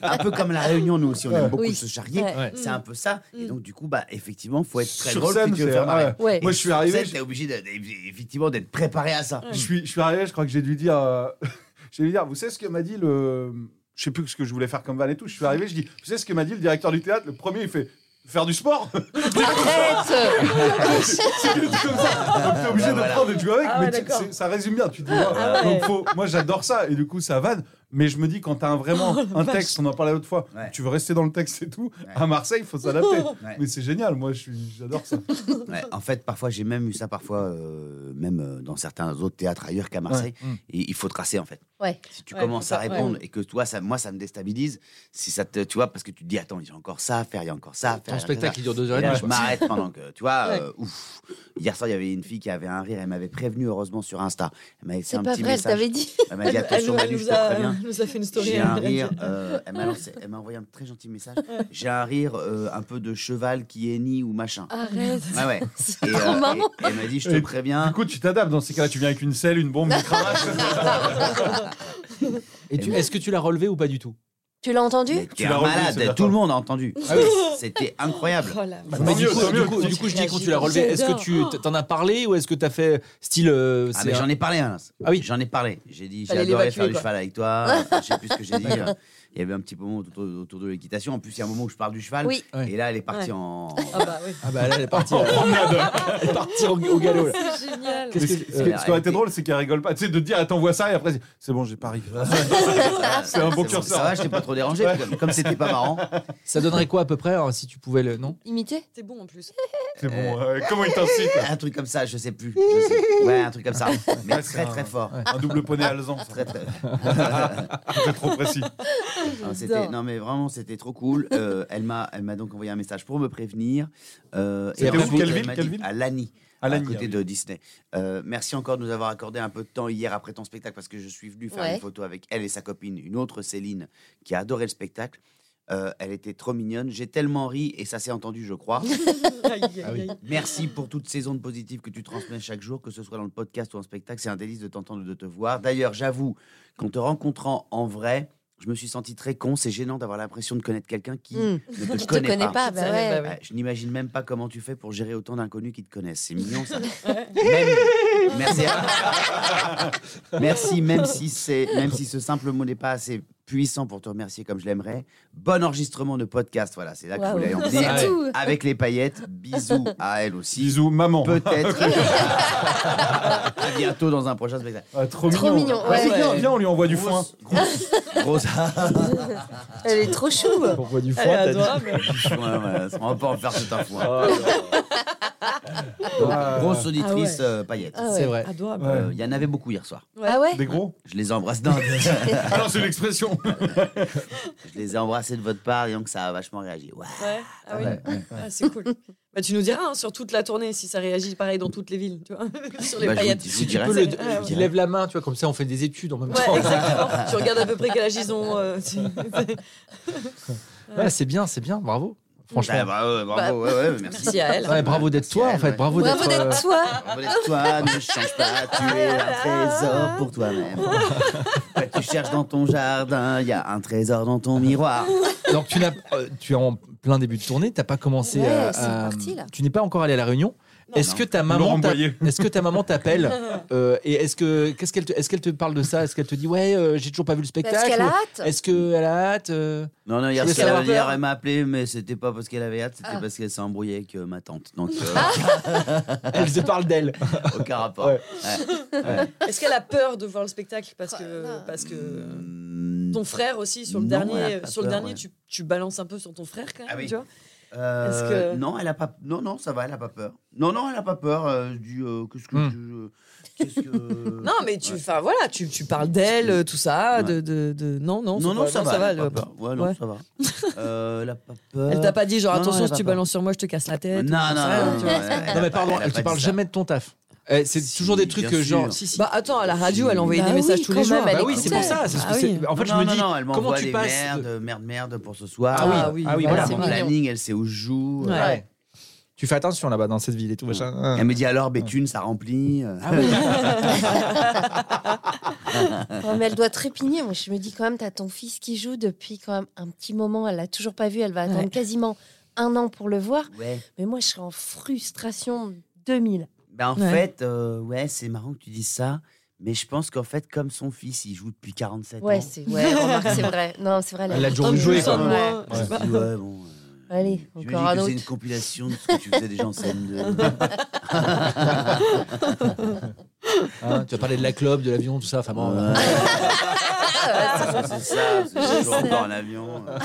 un peu comme la Réunion, nous aussi, on aime beaucoup Oui. se charrier. Ouais. Mm. Ouais. C'est un peu ça. Et donc du coup, bah effectivement, faut être très Sur drôle si scène, tu veux c'est- faire marrer. ouais. Ouais. Moi, je suis Tu arrivé, sais, t'es obligé de- d'e- effectivement d'être préparé à ça. je suis, je suis arrivé, je crois que j'ai dû dire. euh, j'ai dû dire, vous savez ce que m'a dit le. Je sais plus ce que je voulais faire comme van et tout. Je suis arrivé, je dis, vous savez ce que m'a dit le directeur du théâtre Le premier, il fait. Faire du sport Arrête C'est des trucs comme ça. Donc t'es obligé Ah, de voilà. prendre et de jouer avec. Ah mais ouais, tu- d'accord. c'est- ça résume bien. Tu te dis, ouais. Ah ouais. Donc, faut- moi j'adore ça et du coup ça vanne. Mais je me dis quand t'as un, vraiment Oh, un texte, on en parlait l'autre fois, Ouais. tu veux rester dans le texte et tout. À Marseille, il faut s'adapter. Ouais. Mais c'est génial. Moi je suis- j'adore ça. Ouais, en fait, parfois, j'ai même eu ça, parfois, euh, même euh, dans certains autres théâtres ailleurs qu'à Marseille. Ouais. Mm. Et il faut tracer, en fait. Ouais. Si tu Ouais, commences faut à pas- répondre et que toi, ça, moi, ça me déstabilise, si ça te, tu vois, parce que tu te dis, attends, il y a encore ça à faire, il y a encore ça à faire. il Ton y a encore spectacle, ça. il dure deux Et heures et là, demie. je quoi. m'arrête pendant que, tu vois, Ouais. euh, ouf. Hier soir, il y avait une fille qui avait un rire, elle m'avait prévenu, heureusement, sur Insta. Elle m'a laissé C'est un pas petit vrai, je message. t'avais dit. Elle m'a dit, Elle- attention, elle Manu, je nous te a- préviens. nous a fait une story. Oh J'ai un elle- rire, euh, elle m'a lancé- elle m'a envoyé un très gentil message. J'ai un rire euh, un peu de cheval qui hennit ou machin. Arrête Ouais, ouais. Ah. C'est Et, trop euh, marrant. et- elle m'a dit, je te Et préviens. Du coup tu t'adaptes. Dans ces cas-là, tu viens avec une selle, une bombe, une cravache. Et tu- Est-ce que tu l'as relevé ou pas du tout Tu l'as Mais entendu t'es l'as un relevé, malade, c'est-à-dire tout le quoi monde a entendu. C'était incroyable. Oh là là. Tant Mais du mieux, coup, tant du mieux. coup- du coup, je dis quand tu l'as J'adore. relevé, est-ce que tu t- t'en as parlé ou est-ce que t'as fait style. euh, Ah, c'est mais un- j'en ai parlé, hein. Ah oui. J'en ai parlé. J'ai dit, j'ai Fallait adoré l'évacuer, faire du quoi. cheval avec toi. Je sais plus ce que j'ai dit. Il y avait un petit moment autour, autour de l'équitation. En plus, il y a un moment où je parle du cheval. Oui. Ouais. Et là, elle est partie Ouais. en. Ah bah oui. Ah bah là, elle est partie. euh, elle est partie au, au galop. là. C'est génial. Qu'est-ce Mais que- euh, ce, ce qui- ce qui aurait été drôle, c'est qu'elle rigole pas. Tu sais, de dire, elle t'envoie ça et après, c'est- c'est bon, j'ai pas ri. Ah, C'est un bon curseur. Ça va, je t'ai pas trop dérangé. Comme- Comme c'était pas marrant. Ça donnerait quoi à peu près hein, si tu pouvais le. Non Imité C'est bon en plus. C'est bon. euh, comment il t'incite Un truc comme ça, je sais plus. Je sais. Ouais, un truc comme ça. Mais Ouais, c'est très, un- très fort. Un double poney alezan. ça. Très, très. C'est trop précis. Non, Ah, c'était- non, mais vraiment, c'était trop cool. Euh, elle m'a, elle m'a donc envoyé un message pour me prévenir. Euh, C'était après, où, oui, quelle elle ville, m'a quelle dit ville À Lani. À À, Lagny, côté ah oui. de Disney. Euh, merci encore de nous avoir accordé un peu de temps hier après ton spectacle parce que je suis venu faire Ouais. une photo avec elle et sa copine, une autre Céline, qui a adoré le spectacle. Euh, elle était trop mignonne. J'ai tellement ri et ça s'est entendu, je crois. Aïe, aïe, aïe. Merci pour toutes ces ondes positives que tu transmets chaque jour, que ce soit dans le podcast ou en spectacle. C'est un délice de t'entendre et de te voir. D'ailleurs, j'avoue qu'en te rencontrant en vrai, je me suis senti très con. C'est gênant d'avoir l'impression de connaître quelqu'un qui Mm. ne te Je te connaît connais pas. pas, bah ouais. Ouais, Je n'imagine même pas comment tu fais pour gérer autant d'inconnus qui te connaissent. C'est mignon ça. Même- Merci. hein. Merci, même si, c'est, même si ce simple mot n'est pas assez puissant pour te remercier comme je l'aimerais. Bon enregistrement de podcast, voilà, c'est là que je Waouh. voulais en C'est venir. tout. Avec les paillettes, bisous à elle aussi. Bisous, maman. Peut-être. à bientôt dans un prochain spectacle. Ah, trop, Trop mignon, Vas-y, ouais. viens, viens, on lui envoie du foin. Grosse. Elle est trop chou. Pourquoi du foin Elle est t'as adorable. dit Ouais, ouais, on va pas en faire tout un foin. Donc, Ah, grosse auditrice euh, paillettes. Ah ouais. C'est vrai. Adorable. Ouais. Euh, Il y en avait beaucoup hier soir. Ah ouais Des gros Je les embrasse. Non, Alors, c'est l'expression. je les ai embrassés de votre part, et donc ça a vachement réagi. Ouais. Ouais. Ah oui. Ah, c'est cool. Bah, tu nous diras hein, sur toute la tournée si ça réagit pareil dans toutes les villes, tu vois, sur les Bah, je vous- paillettes. je vous Tu dirai. peux le- Ouais, ouais. Qui lève la main, tu vois, comme ça on fait des études en même Ouais, temps. exactement. tu regardes à peu près quel âge ils ont. euh, tu- Ouais, c'est bien, c'est bien, bravo. Ah, Eh ben, Franchement. bravo, bravo, Bah, ouais, ouais, merci. Merci à elle. bah, Ouais, bravo d'être toi en fait, bravo Bravo d'être. euh, d'être toi. Bravo d'être toi, ne change pas, tu es un trésor pour toi-même. Quand tu cherches dans ton jardin, il y a un trésor dans ton miroir. Donc tu n'as, euh, tu es en plein début de tournée, t'as pas commencé. Ouais, euh, c'est à- parti, là. Tu n'es pas encore allé à la réunion. Est-ce non. que ta Laurent maman, t'a- Boyer. est-ce que ta maman t'appelle euh, et est-ce que qu'est-ce qu'elle, te- est-ce qu'elle te parle de ça Est-ce qu'elle te dit ouais, euh, j'ai toujours pas vu le spectacle Parce qu'elle a ou- hâte. Est-ce qu'elle a hâte euh, Non, non, hier, voulais ce qu'elle savoir. avait- hier, elle m'a appelé, mais c'était pas parce qu'elle avait hâte, c'était Ah. parce qu'elle s'est embrouillée avec euh, ma tante. Donc, euh, Elle te parle d'elle. aucun rapport. Ouais. Est-ce qu'elle a peur de voir le spectacle parce Ah, que non. parce que Hum, ton frère aussi sur le Non, elle a dernier euh, pas sur le peur, dernier ouais. tu, tu balances un peu sur ton frère quand même, Ah oui. tu vois. euh, est-ce que- Non, elle a pas. Non, non, ça va, elle a pas peur. Non, non, elle a pas peur. euh, du, euh, qu'est-ce Hmm. que tu- qu'est-ce que- Non mais tu enfin voilà tu, tu parles d'elle euh, tout ça de, de, de- non non c'est Non, non, pas- ça va. elle a le- pas peur. Ouais, non, Ouais. ça va. Euh, elle a pas peur. Elle t'a pas dit genre Non, attention elle si a tu pas peur. balances sur moi je te casse la Non, tête. ou non, comme ça, non. tu non, vois. elle a Non mais pas- pardon, a elle te pas parle dit ça. jamais de ton taf. Eh, c'est Si, toujours des trucs bien euh, genre. sûr. Si, si. Bah attends à la radio elle envoyait Bah des messages oui, tous les quand jours. même, elle bah oui, c'est pour écoutait. ça. c'est ce que Ah c'est- oui. En fait, je Non, me non, dis non, elle comment m'envoie tu des passes. merdes, de- merde, merde pour ce soir. Ah oui, Ah oui, ah oui, bah, voilà. c'est Mon mignon. planning, elle sait où je joue. euh, Ouais. Ouais. Tu fais attention là-bas dans cette ville et tout machin. Elle me dit alors, Béthune, ça remplit. Ah euh. Ouais, mais elle doit trépigner. Moi, je me dis quand même, t'as ton fils qui joue depuis quand même un petit moment. Elle l'a toujours pas vu. Elle va attendre Ouais. quasiment un an pour le voir. Ouais. Mais moi, je serais en frustration 2000. Ben, en Ouais. fait, euh, ouais, c'est marrant que tu dises ça, mais je pense qu'en fait, comme son fils, il joue depuis 47 Ouais, ans. c'est ouais, remarque, c'est vrai. Non, c'est vrai. Elle a toujours Un joué, plus, quoi. un moins. Ouais. Je me suis dit, ouais, bon. euh, Allez, j'imagine encore un que autre. C'est une compilation de ce que tu faisais déjà en scène. Hein, tu as parlé de la clope, de l'avion, tout ça. Enfin bon. euh, c'est ça, c'est toujours encore en avion. euh.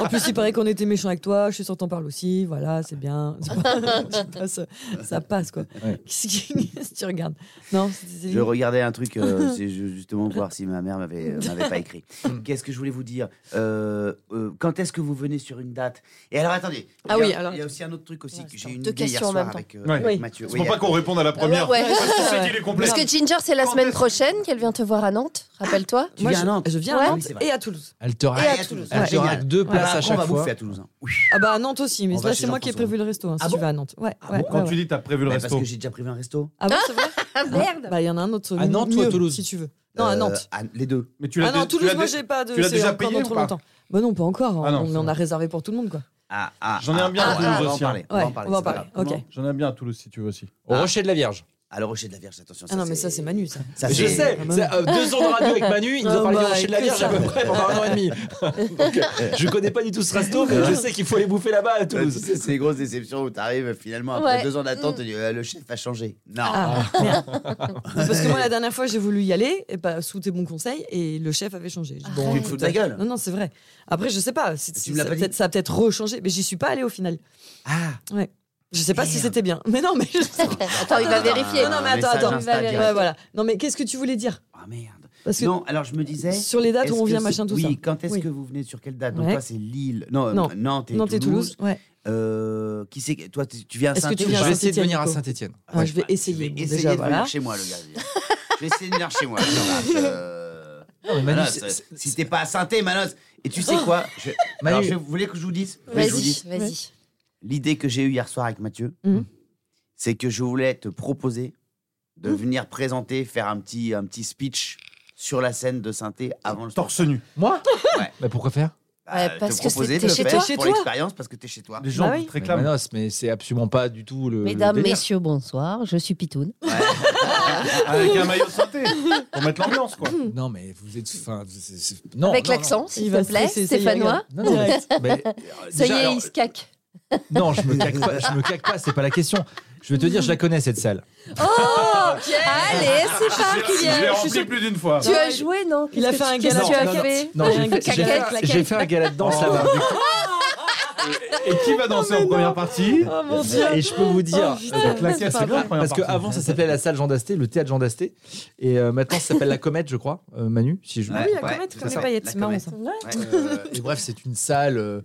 En plus, il paraît qu'on était méchant avec toi. Je suis sûr que t'en parles aussi. Voilà, c'est bien. C'est pas- ça passe, ça passe, quoi. Ouais. Qu'est-ce que qu'est-ce que tu regardes Non, c'est- c'est- Je regardais un truc, euh, c'est ju- justement pour voir si ma mère m'avait euh, m'avait pas écrit. Hmm. Qu'est-ce que je voulais vous dire Euh, euh, Quand est-ce que vous venez sur une date Et alors attendez, Ah il y a- oui, alors- il y a aussi un autre truc aussi que j'ai eu une Deux idée hier questions en soir même temps. avec, euh, Ouais. avec Oui. Mathieu. C'est Oui, pour il y a- pas qu'on réponde à la première. ouais. Parce qu'on sait qu'il est complet. Parce que Ginger, c'est la Quand semaine est-ce- prochaine qu'elle vient te voir à Nantes, rappelle-toi. Tu Moi, viens je, à Nantes je viens Ouais. à Oui, Nantes c'est vrai. et à Toulouse. Elle te Et raconte. à Toulouse. Elle Ouais. te raconte Génial. deux places Après, à on chaque va fois. bouffer à Toulouse. hein. Oui. Ah bah à Nantes aussi, mais On va là chez c'est moi qui ai Jean-François. prévu le resto. hein, si Ah tu bon vas à Nantes, ouais. ouais, Quand ouais, tu ouais. dis t'as prévu le Bah, parce resto. que j'ai déjà prévu un resto. Ah bon, c'est vrai Merde. Bah il y en a un autre. À Nantes ou à mieux, Toulouse Si tu veux. Non, à Euh, Nantes. les deux. Mais tu l'as Ah non, dé- tu Toulouse, l'as moi dé- j'ai pas de. tu l'as c'est déjà encore payé dans ou trop pas longtemps. Bah non, pas encore. Ah non, on c'est en bon. a réservé pour tout le monde, quoi. Ah, ah, J'en ai un ah, bien à ah, Toulouse on va en aussi, hein. parler, On Ouais, va en parler. on va en c'est pas parler. grave. Ok. J'en ai bien à Toulouse si tu veux aussi. Au Ah. Rocher de la Vierge. À le rocher de la Vierge, attention. Ah non, mais ça c'est Manu, ça. ça, je c'est- sais, c'est, euh, deux ans de radio avec Manu, il nous a Oh parlé du my rocher de la que Vierge à ça. peu près pendant un an et demi. Donc, euh, je connais pas du tout ce resto, mais je sais qu'il faut aller bouffer là-bas à Euh, tu Toulouse. sais, C'est une grosse déception où t'arrives finalement après Ouais. deux ans d'attente, tu dis euh, le chef a changé. Non. Mm. Ah, merde. Parce que moi, la dernière fois, j'ai voulu y aller, et bah, sous tes bons conseils, et le chef avait changé. J'ai dit, Arrête. Tu te Ah. fous de ta gueule. Non, non, c'est vrai. Après, je sais pas. si- Tu si- me l'as ça, pas dit. peut-être- ça a peut-être rechangé, mais j'y suis pas allée au final. Ah. Ouais. Je sais pas si Merde. c'était bien. Mais non, mais je sais pas. Attends, il va Attends, vérifier. un Non, non, mais attends, message attends. Insta Il va direct. Ouais, voilà. Non, mais qu'est-ce que tu voulais dire Ah merde. Parce que Non, alors je me disais. sur les dates où est-ce on que vient, c'est- machin, tout oui, ça. quand est-ce Oui. que vous venez sur quelle date Donc Ouais. toi c'est Lille, non, euh, Non. Nantes et Non, t'es Toulouse. Toulouse. Ouais. Euh, qui c'est que toi tu tu viens à Est-ce que Saint-Étienne tu viens ou à Je pas vais essayer de Saint-Étienne, venir à Nico. Saint- Étienne. Ah, je vais essayer. Je vais bon, essayer déjà, de venir voilà. chez moi le gars. je vais essayer de venir chez moi. le gars, euh, Manu, Manos, c'est- euh, Ah, c'est- si t'es pas à Saint-Étienne, Manos. Et tu Oh. sais quoi je... Manu. Alors, je- vous voulez que je vous dise Vous voulez que je vous dise Vas-y, vas-y. L'idée que j'ai eue hier soir avec Mathieu, Mhm. Mm. c'est que je voulais te proposer de venir présenter, faire un petit, un petit speech sur la scène de synthé avant le Torse nu. Moi Ouais. Mais pourquoi faire Bah, Ouais, parce te que proposer c'était de le chez faire toi. Chez pour toi. l'expérience parce que t'es chez toi. Les gens Bah oui. te réclament. Mais non, c'est- mais c'est absolument pas du tout le. le Mesdames, délire. messieurs, bonsoir. Je suis Pitoun. Avec un maillot de santé. Pour mettre l'ambiance, quoi. Non, mais vous êtes. Enfin, c'est- c'est- non, Avec non, non. l'accent, Il s'il va te se plaît, laisser essayer, stéphanois. regarde. Non, non, mais- Direct. mais, euh, Ça y déjà, est, alors, il se caque. Non, je me caque pas, je me caque pas, c'est pas la question. Je vais te dire, je la connais cette salle. Oh Allez, c'est parti Je l'ai rempli plus d'une fois. Tu as joué, non Il a Qu'est-ce fait que un tu- qu'est-ce gala que tu as de fait Non, j'ai Un fait, caca, j'ai fait- claquette. j'ai fait un gala de danse là-bas. Et qui va danser en première partie Oh mon dieu. Et je peux vous Oh, dire, euh, La claquette, Ah. c'est bien en première parce partie. qu'avant ça s'appelait la salle Jean d'Asté, le théâtre Jean d'Asté, et euh, maintenant ça s'appelle la Comète, je crois, euh, Manu, si je. Ah Ouais, oui, la ouais, comète tout à comme les fait, paillettes, la c'est marrant comète. ça. Ouais. Euh, et bref, c'est une salle euh,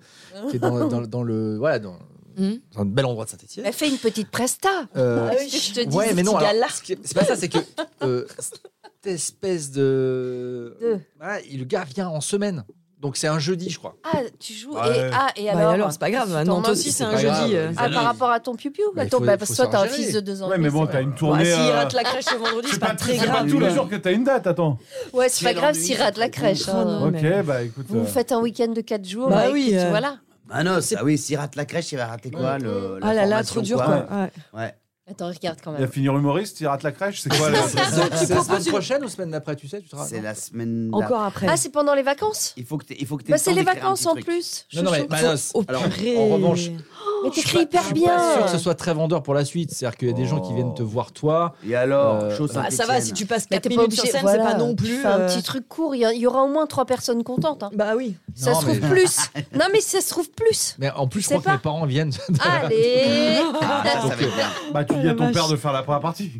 qui est dans, dans- dans le voilà dans, Mhm. dans un bel endroit de Saint-Étienne. Elle a fait une petite presta. Ah, Euh, Ah Je te dis, ouais, ce mais non, petit alors, gars-là. ce qui est- c'est pas ça, c'est que euh, cette espèce de. De. Voilà, il- le gars vient en semaine. Donc c'est un jeudi, je crois. Ah, tu joues Ouais. et ah et Bah, alors, alors, c'est pas grave, Tu à Nantes t'en aussi, c'est un pas grave, jeudi. euh. Ah, par rapport à ton piu-piu Mais à ton- faut- bah, Parce faut que toi, t'as un s'en fils gérer. de deux ans. Ouais, mais bon, c'est- t'as une Bah, tournée. S'il euh, rate la crèche le vendredi, C'est c'est pas, pas très c'est pas tous les grave. jours que t'as une date, attends. Ouais, c'est pas Quel grave ennui. s'il rate la crèche. hein. Oh, non. ok, mais- bah écoute. Vous euh, faites un week-end de 4 jours. Bah et oui, puis, tu- euh, Voilà. Ah non, ça, oui, s'il rate la crèche, il va rater quoi le, la Ah là là, formation, trop dur quoi. Ouais. Ouais. Attends, regarde quand Il va même. finir humoriste, il rate la crèche, c'est quoi le- Ah, Donc c'est la semaine prochaine ou semaine d'après, tu sais, Ah, tu te rappelles C'est la semaine. d'après. Encore après. Ah, c'est pendant les vacances Il faut que t'aies- il faut que t'aies Bah, le c'est temps les d'écrire un petit vacances en truc. plus. Non, non, mais Manos, Oh, alors, purée. en revanche, Mais t'écris je hyper suis pas sûr bien. que ce soit très vendeur pour la suite. C'est-à-dire qu'il y a des gens qui viennent te Oh. voir toi. Et alors, Euh, chose Bah, ça va, si tu passes Mais 4 minutes sur scène, c'est voilà, pas non tu plus. fais un euh, petit truc court. Il y, a- il y aura au moins trois personnes contentes. hein. Bah oui. Ça Non, se mais- trouve plus. Non, mais ça se trouve plus. Mais en plus, je C'est crois que pas- Ah, mes parents viennent. Ah, Allez Ah, ça, ça va être bien. Bah, tu dis à ton père de faire la première partie.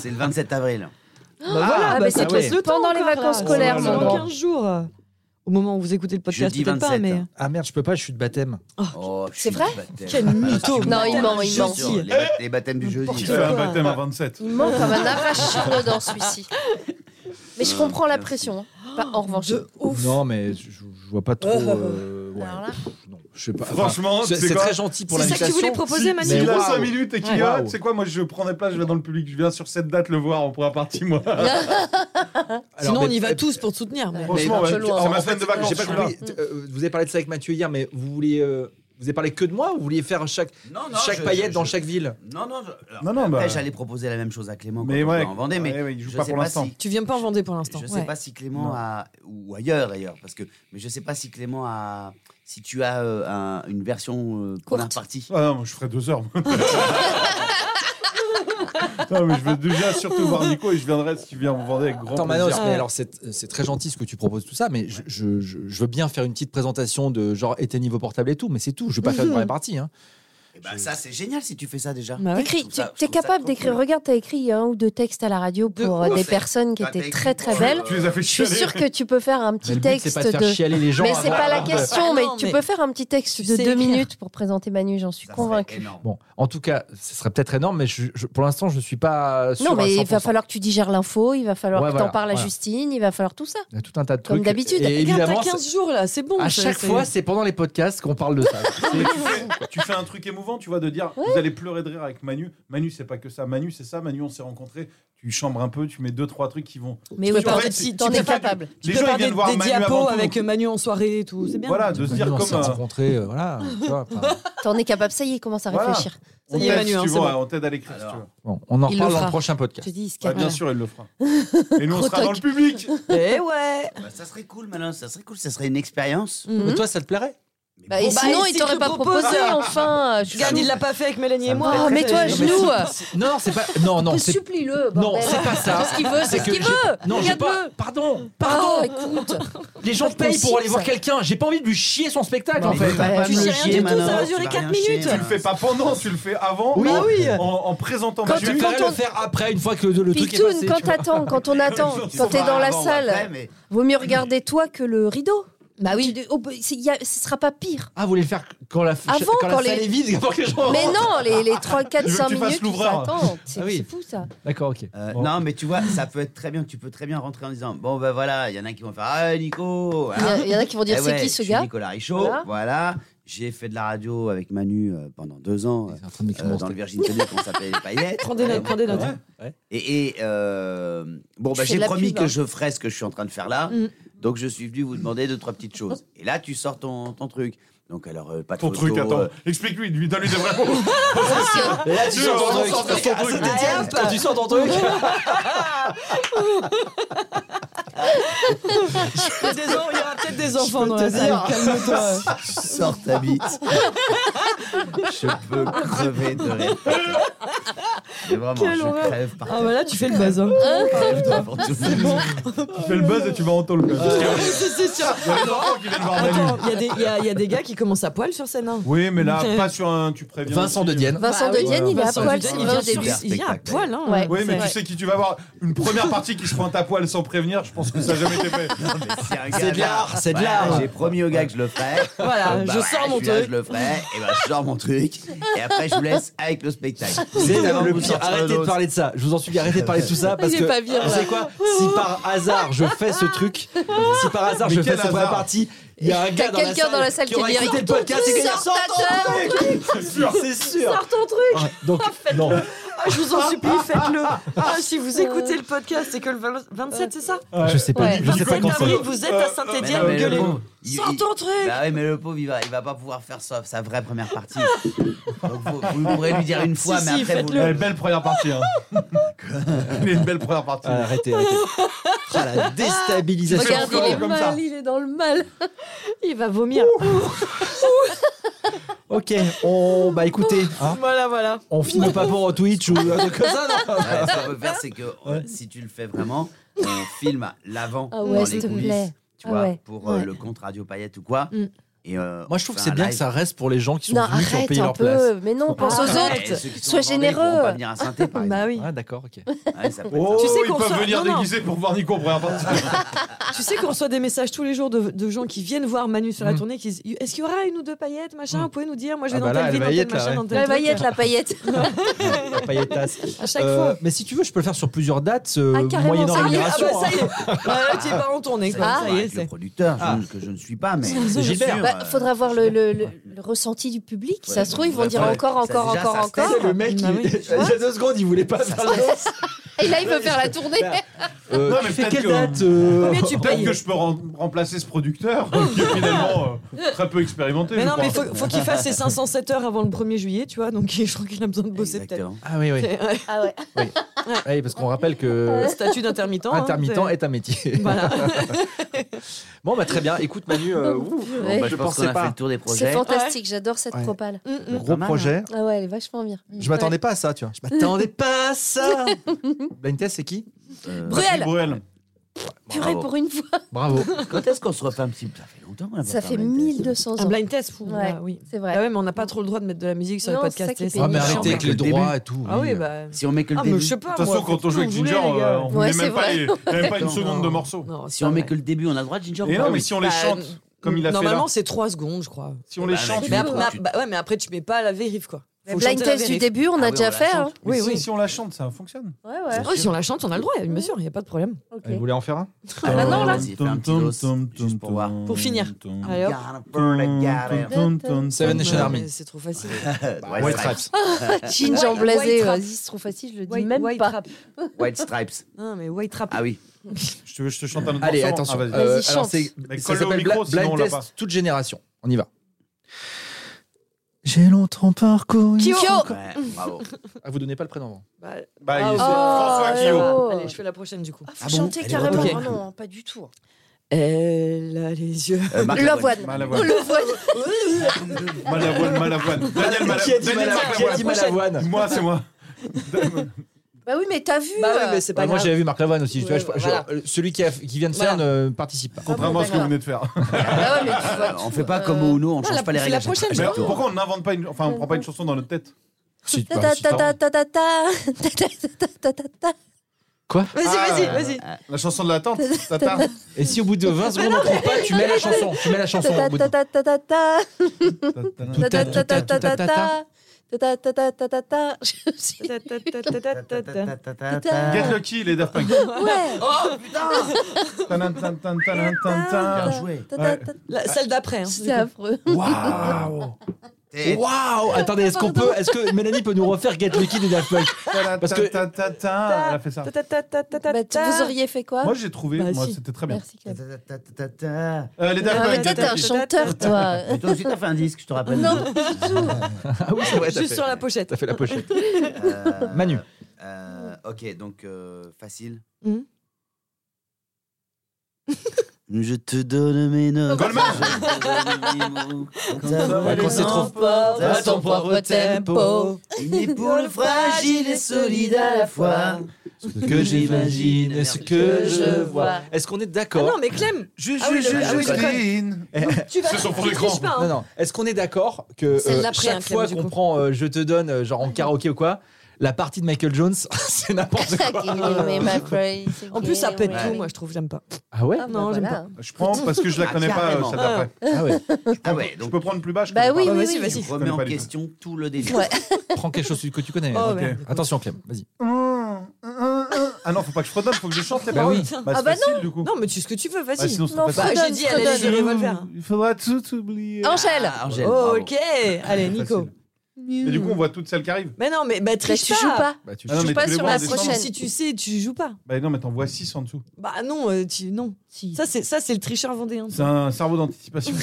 C'est le 27 avril. Bah voilà, ah, bah bah, ça c'est te laisse tout. le temps Pendant les encore, là. vacances scolaires, C'est mon Dans grand. 15 jours. euh, Au moment où vous écoutez le podcast, Jeudi peut-être pas, 27, mais. hein. Ah merde, je peux pas, je suis de baptême. Oh, je C'est suis vrai du baptême. Quel mytho. Non, il ment, il Bien ment. sûr, Les, bat- les baptêmes du jeudi. Tu fais un Ouais. baptême à 27. Il manque comme un arrache dans celui-ci. Mais je comprends la pression. hein. Pas- en revanche. De ouf. Non, mais je, je vois pas trop. euh, ouais, Oh. Alors là. pff, non, je sais pas. Franchement, c'est c'est c'est quoi très gentil pour C'est ça que l'invitation. tu voulais proposer, Manu Mais S'il a waouh. 5 minutes et qu'il Ouais. y a, Waouh. tu sais quoi, moi je prends des places, je vais dans le public, je viens sur cette date le voir en première partie, moi. Alors, Sinon, on mais- y va tous pour te soutenir. mais- Franchement, Mais ouais, chelou, hein. c'est ma En semaine de J'ai vacances. pas je suis compris. Mm. Euh, Vous avez parlé de ça avec Mathieu hier, mais vous voulez. euh, Vous avez parlé que de moi ou vous vouliez faire chaque, Non, chaque je- paillette je- dans je- chaque ville Non, non, je- alors, Non, non, après, bah- Eh, j'allais proposer la même chose à Clément. Mais Mais ouais, ouais, en Vendée, mais ouais, ouais, il joue je pas sais pour l'instant. si- Tu viens pas en Vendée pour l'instant. Je sais ouais. pas si Clément a ou ailleurs d'ailleurs parce que mais je sais pas si Clément a si tu as euh, un- une version euh, première Courte. partie. Ah non, moi, je ferai deux heures. moi. non, mais je veux déjà surtout voir Nico et je viendrai si tu viens me vendre avec grand Attends, plaisir. Manos, mais Ouais. alors c'est c'est très gentil ce que tu proposes, tout ça, mais je, je- je- je veux bien faire une petite présentation de genre éteignez vos portables et tout, mais c'est tout. Je vais pas Mhm. faire une première partie. hein. Eh ben, ça c'est génial si tu fais ça déjà. Bah ouais. T'écris- Je trouve tu ça- je es trouve ça capable trop d'écrire. cool. Regarde, t'as écrit un ou deux textes à la radio pour euh, ouf. des personnes qui Ah, t'as étaient écrit très très pour- belles. Tu les as fait Je suis chialer. sûre que tu peux faire un Mais petit le but, c'est texte pas de faire de. chialer les gens. hein. Mais c'est avant pas la de- question, mais Non, tu mais peux faire un petit texte tu de sais deux écrire. minutes pour présenter Manu, j'en suis Ça serait convaincue. énorme. Bon, en tout cas, ce serait peut-être énorme, mais je- je- pour l'instant, je suis pas sûr. Non, à mais il va 100%. falloir que tu digères l'info, il va falloir Ouais, que voilà, t'en parles à voilà. Justine, il va falloir tout ça. Il y a tout un tas de Comme trucs. d'habitude. Eh Et Regarde, évidemment, t'as 15 jours là, c'est bon. à ça, chaque c'est- fois, c'est pendant les podcasts qu'on parle de ça. C'est- tu fais un truc émouvant, tu vois, de dire vous allez pleurer de rire avec Manu. Manu, c'est pas que ça. Manu, c'est ça. Manu, on s'est rencontrés. Tu chambres un peu, tu mets deux, trois trucs qui vont. Mais Tu oui, peux faire t'en des petits- tu t'en peux es faire des- capable. Tu Les peux gens, ils faire viennent des, voir des Manu avant diapos tout. avec euh, Manu en soirée et tout, c'est bien. Voilà, de se dire on s'est comme. euh, rencontrés, euh, voilà. tu vois, enfin, T'en es capable, ça y est, il commence à Voilà. réfléchir. Ça on y est, t'aide, Manu, si hein, tu c'est vois, bon. on t'aide à l'écrire, si tu Alors. veux. bon, on en Il le reparle dans fera. le prochain podcast. Je te dis, il se Bah, calme. bien sûr, il le fera. Et nous, on sera Gros dans le public. Eh ouais. Bah, ça serait cool Manon, ça serait cool, ça serait une expérience. Mais toi, ça te plairait Mais Bah, bon, et Bon, bah, sinon, il il sait t'aurait que pas le proposé, propose. enfin. je- Regarde, il l'a pas fait avec Mélanie et moi. Oh, mets-toi à Non, mais genoux. Non, non, c'est pas. Non, non, c'est. Supplie-le, Non, bordel. c'est pas ça. C'est ce qu'il veut, c'est que ce qu'il j'ai- veut. Non, j'ai Regarde-le. pas. Pardon, Oh, pardon. écoute. Les gens pas payent pour aller possible, voir ça. quelqu'un. J'ai pas envie de lui chier son spectacle, mais en fait. tu vas bah, pas tu me sais le rien chier, du tout, Manon, ça va tu durer vas quatre rien minutes. chier, Tu Tu Manon. le fais pas pendant, tu le fais avant. Oui. Bah oui. En, en présentant Quand tu Manu. préfères le faire après, une fois que le, le truc est Pitoun, passé. quand tu vois. t'attends, quand on attend, gens qui quand sont t'es pas dans la Avant ou après, salle, mais- vaut mieux regarder toi que le rideau. Bah oui. Ce sera pas pire. Ah, vous voulez le faire quand la, Avant, quand la quand salle les- est vide, avant que les gens. Mais non, les, les 3, 4, Je veux que 5 tu fasses minutes, tu l'ouvreur. attends. C'est Ah oui. c'est fou ça. D'accord, ok. Euh, Bon. Non mais tu vois, ça peut être très bien, tu peux très bien rentrer en disant bon ben voilà, il y en a qui vont faire ah Nico. Il y, voilà. a- il y en a qui vont dire Eh Ah c'est ouais, qui ce je suis gars Nicolas Richaud, Voilà. voilà. J'ai fait de la radio avec Manu euh, pendant deux ans euh, C'est en train de m'écrire euh, mon dans le steak. Virgin Tonic, on s'appelait les paillettes. Euh, Prends des notes, prends des notes. Et, et, euh, bon, Tu bah, fais j'ai de la promis pub, que hein. je ferais ce que je suis en train de faire là. Mm. Donc, je suis venu vous demander deux, trois petites choses. Et là, tu sors ton, ton truc. Donc, alors, euh, pas de Ton photo, truc, attends, euh, explique-lui, lui, donne-lui des vrais mots. Et là, tu Tu sors sors ton ton truc. truc. Ah, c'était Diane. Tu sors ton truc. Il y a des gens- il y aura peut-être des enfants dans la salle. Calme-toi. Sors ta bite. je peux crever de rire. Mais vraiment, Quelle je horreur. crève par Ah, bah là, tu fais le bazar. terre devant tout le monde. Tu fais le buzz et tu vas en taule. quoi. Parce qu'il y a- C'est c'est sûr. il y a des enfants qui viennent voir Manu. Attends, il y a des- il y, a- il y a des gars qui commencent à poil sur scène. hein. Oui, mais là, pas sur un. Tu préviens. Vincent aussi. de Dienne. Vincent Bah oui. de Dienne, il est à Vincent poil, Dudenne, c'est il vrai vient au début. sur- Il vient à poil. hein. Ouais. Oui, mais tu Ouais. sais qui tu vas voir une première partie qui se pointe à poil sans prévenir. Je pense que ça n'a jamais été fait. C'est de l'art, c'est de l'art. J'ai promis au gars que je le ferais. Voilà, Donc, bah, je voilà, sors mon suis là, truc. je le ferai. Et ben, je sors mon truc. Et après, je vous laisse avec le spectacle. C'est Juste avant le vous pire. sortir Arrêtez de l'autre. parler de ça. Je vous en supplie, arrêtez de parler de tout ça parce est que pas bien, vous là. savez quoi Si par hasard je fais ce truc, si par hasard Mais je fais quel cette première hasard partie, il y a un gars dans la, quelqu'un salle dans la salle qui qui aura dit, écouté Sors le ton podcast et qui a dit truc, Sors sors ta ton truc C'est sûr. Sors ton truc. Ah, Donc non. Ah, je vous en supplie, faites-le. Ah, si vous écoutez le podcast, c'est que le 20 27, c'est ça Je sais pas. Ouais. Je sais pas 27 quand Euh, c'est. avril, vous êtes à Saint-Étienne, Mais non, mais gueulez. le pauvre, il- Sors il- ton truc. Bah oui, mais le pauvre, il va, il va pas pouvoir faire ça, sa vraie première partie. Donc, vous, vous pourrez lui dire une fois, Si, mais si, après, vous faites-le. Ouais, belle première partie. Hein. Il est une belle première partie. Ah, Arrêtez, arrêtez. Ah, la déstabilisation. Regarde, il est Comme ça. mal, il est dans le mal. Il va vomir. Ok, on bah écoutez, hein, Ah. Voilà, voilà. on filme pas pour Twitch ou un truc comme ça. non Ouais, ce qu'on peut faire, c'est que euh, si tu le fais vraiment, on filme l'avant Ah ouais, dans s'il les te coulisses, plaît. tu Ah vois, ouais, pour euh, ouais. le compte Radio Paillette ou quoi. Mm. Et, euh, Moi je trouve on que fait c'est un bien live. Ah, que ça reste pour les gens qui sont Non, venus qui ont arrête payé un leur place. peu. Mais non, pense aux arrête. autres. Et ceux qui sont Sois en Vendée pourront généreux. pas venir à Saint-Étienne, par exemple. Bah oui. Ah d'accord, ok. Ouais, ça peut être Oh, Tu sais ils qu'on peuvent sort- venir non, non. déguisés pour voir Nico en première partie. Tu sais qu'on reçoit des messages tous les jours de, de gens qui viennent voir Manu sur la tournée, qui disent Est-ce qu'il y aura une ou deux paillettes Machin, vous pouvez nous dire Moi, je vais Ah bah dans là, telle ville, elle dans va y tel être, là, machin, ouais. dans tel La truc. paillette, la paillette. La paillettasse. À chaque Euh, fois. mais si tu veux, je peux le faire sur plusieurs dates, euh, Ah, carrément, moyennant ça y est, Ah rémunération. bah ça hein. y est Bah, Là, tu es pas en tournée, quoi. Ah. ça y est, avec le c'est. producteur, je- Ah. que je ne suis pas, mais C'est Gilbert. sûr, Bah, euh, faudra voir le, le- le- le ressenti du public. Ouais, ça se trouve, ils vont ouais, dire ouais. encore, Ça, encore, déjà, encore, ça se encore. teste. Le mec, Ah il- oui. il y a deux secondes, il voulait pas faire le Et là, il veut faire la tournée. Bah, Euh, Non, tu mais fais peut-être quelle que- date euh, Combien tu Peut-être payes que je peux rem- remplacer ce producteur qui est finalement euh, très peu expérimenté. Mais je non, mais crois. faut, faut qu'il fasse ses 507 heures avant le 1er juillet, tu vois, donc je crois qu'il a besoin de bosser peut-être. Exactement. Ah oui, oui. Ouais. Ah ouais. Oui, parce qu'on rappelle que Statut d'intermittent. hein, intermittent Euh, c'est- est un métier. Voilà. Bon, bah très bien. Écoute, Manu, euh, ouh, Ouais. Bah, je je pense qu'on pensais a fait pas. le tour des C'est projets. fantastique, j'adore cette propale. Mm, mm. Gros projet. Ah ouais, elle est vachement bien. Je m'attendais pas à ça, tu vois. Je m'attendais pas à ça. Blind test, c'est qui Euh, Bruel Bruel. Purée, Bravo. pour une fois. Bravo. Bah, Quand est-ce qu'on se refait un petit. Ça fait longtemps. on a Ça pas fait parlé de- 1200 Un ans. blind test, fou, Ouais. bah oui. C'est Ah vrai. ouais, mais on n'a pas trop le droit de mettre de la musique sur Non, les c'est ça podcasts. qui est c'est- Ah, mais Péniche. arrêtez avec les droits et tout. Ah oui, oui. bah. Si on met que le Ah, mais début. je sais pas. De toute façon, quand on joue avec Ginger, euh, on Ouais, ne c'est même pas, vrai. les- même pas une Attends, seconde de non. morceau. Si on met que le début, on a le droit de Ginger Et ou pas non, mais si on les Bah, chante comme il a fait là, Normalement, c'est 3 secondes, je crois. si on les Bah, chante, Mais mais Tu après, dois, mais- tu- bah ouais, mais après, tu mets pas la vérif, quoi. Faut Blind chanter la test du vérif. début, on Ah a oui, déjà on la fait. chante. hein. Mais Oui, si, oui. si on la chante, ça fonctionne. Ouais, ouais. Oui, si on la chante, on a le droit, bien sûr, il n'y a pas de problème. ok. Vous voulez en faire un maintenant, là. Vas-y, fais un petit dos, juste pour voir. Pour finir. Allez, hop. Gotta burn Mmh. it, gotta- Seven Non, Nation Army. mais C'est trop facile. Bah, White, Stripes. Ginge en White- blasé, White Trap. vas-y, c'est trop facile, je le dis White- même White pas. Trap. White Stripes. Non, mais White Trap. Ah oui. Je te, je te chante un autre Allez, morceau. attention. Ah, Euh, vas-y. Vas-y, alors, chante. c'est, Mais ça colle-le au s'appelle micro, Bla- sinon on Blind l'a Test pas. toute génération. On y va. J'ai longtemps parcouru. Kyo Ouais, bravo. Ah, vous donnez pas le prénom. avant. Bah, Bah, Ah, il- c'est ouais. François Ah, Guillaume. ouais. Ah, Oh. Allez, je fais la prochaine du coup. Ah, faut chanter Elle est carrément. revenue. Ah non, non, pas du tout. Elle a les yeux. Euh, Marc L'avoine. Malavoine. Oh, l'avoine. Malavoine, Malavoine. Daniel Mala- Qui a dit Daniel Malavoine Qui a dit Malavoine Malavoine. Moi, c'est moi. Bah oui, mais t'as vu. Bah oui, euh, mais c'est Ouais, pas moi grave. j'avais vu Marc Lavoine aussi. Tu vois, Ouais, je- bah, je- voilà. euh, Celui qui, a- qui vient de faire ne participe pas. Contrairement à ce que vous venez de faire. Ah ouais, mais tu vois, Euh, tu on fait vois, pas euh, comme au Uno, on non, change la- pas les c'est règles. la à chaque prochaine, Mais fois. alors, pourquoi on n'invente pas une, enfin, on prend pas une chanson dans notre tête Si- ta- bah, ta- si, ta- pardon. ta- ta- ta- ta- ta- ta- ta- ta- ta- Quoi Ah, Vas-y, vas-y, vas-y. La chanson de l'attente Tata Et si au bout de 20 secondes on trouve pas, tu mets la chanson. Tu mets la chanson. au bout de- ta- ta- ta- ta- ta- ta- Tata. ta- ta- ta- ta- ta- ta- ta- ta ta ta ta ta ta. Je me suis dit, Ta, ta, ta, ta, ta, ta, ta. Get Lucky, les Daft Punk. Ouais. Oh putain Tanan, tan, tan, tanan, tan, Bien tan. joué. Ta, ta, Bah, ta. La- Ah, Celle d'après. hein, du C'est coup. affreux. Waouh Et- Waouh Attendez, est-ce qu'on peut, est-ce que Mélanie peut nous refaire Get Lucky des Daft Punk Tanan, Parce que- tan, tan, tan. Ah, Elle a fait ça. Ta, ta, ta, ta, ta, ta, Bah, tu- ta. Vous auriez fait quoi Moi, j'ai trouvé. Bah, Moi, si. c'était très bien. Merci. Clem. Euh, Les Daft Ah, Punk. mais toi, t'es Get un Lucky. chanteur, toi. Mais toi aussi, t'as fait un disque, je te rappelle. Non, Ah oui, c'est vrai, t'as Juste fait- sur la pochette. t'as fait la pochette. Euh, Manu. euh, ok, donc euh, facile. Hmm. Mhm. Je te donne mes notes. Goldman. Goldman Quand c'est trop- à ton propre tempo. Une épaule fragile et solide à la fois. Ce que j'imagine, ce que je vois. Est-ce qu'on est Ah d'accord non, mais Clem, Je, je, Ah oui, le- ah oui, je, je, le clean. tu vas. Ce sont pour tu l'écran. triches pas, hein. Non, non. Est-ce qu'on est d'accord que C'est euh, l'après, hein, chaque Clem, fois du qu'on coup. prend euh, Je te donne, euh, genre en karaoké ou quoi, la partie de Michael Jones, c'est n'importe quoi. En plus, ça pète Ouais. tout, moi, je trouve, j'aime pas. Ah ouais Non, bah j'aime pas. Je prends parce que je la Ah, connais pas, euh, carrément. celle d'après. Ah ouais. Ah ouais, Je donc peux prendre plus bas, je Bah connais oui, pas. oui, Ah, Vas-y, oui. vas-y. tu Je remets connais en pas du question tout le délire. Ouais. Prends quelque chose que tu connais. Oh, Ok. merde. Attention Clem, vas-y. Ah non, faut pas que je fredonne, faut que je chante les Bah paroles. oui. Bah, Ah c'est bah facile, du coup. Non, mais tu fais ce que tu veux, Bah, vas-y. sinon, c'est Non, pas Bah, facile. j'ai Fredonne, dit, elle est Fredonne. des revolvers. Il faudra tout oublier. Angèle. Ah, Angèle, Oh, bravo. ok, allez, Nico. Facile. Mais du coup, on voit toutes celles qui arrivent. Mais non, mais bah, Là, triche tu pas. joues pas. Bah, tu Ah non, Je mais passe tous les sur mois, la en décembre. prochaine. Si tu sais, tu joues pas. Bah non, mais t'en vois 6 en dessous. Bah non, euh, tu non. Ça c'est ça c'est le tricheur vendéen. C'est un cerveau d'anticipation.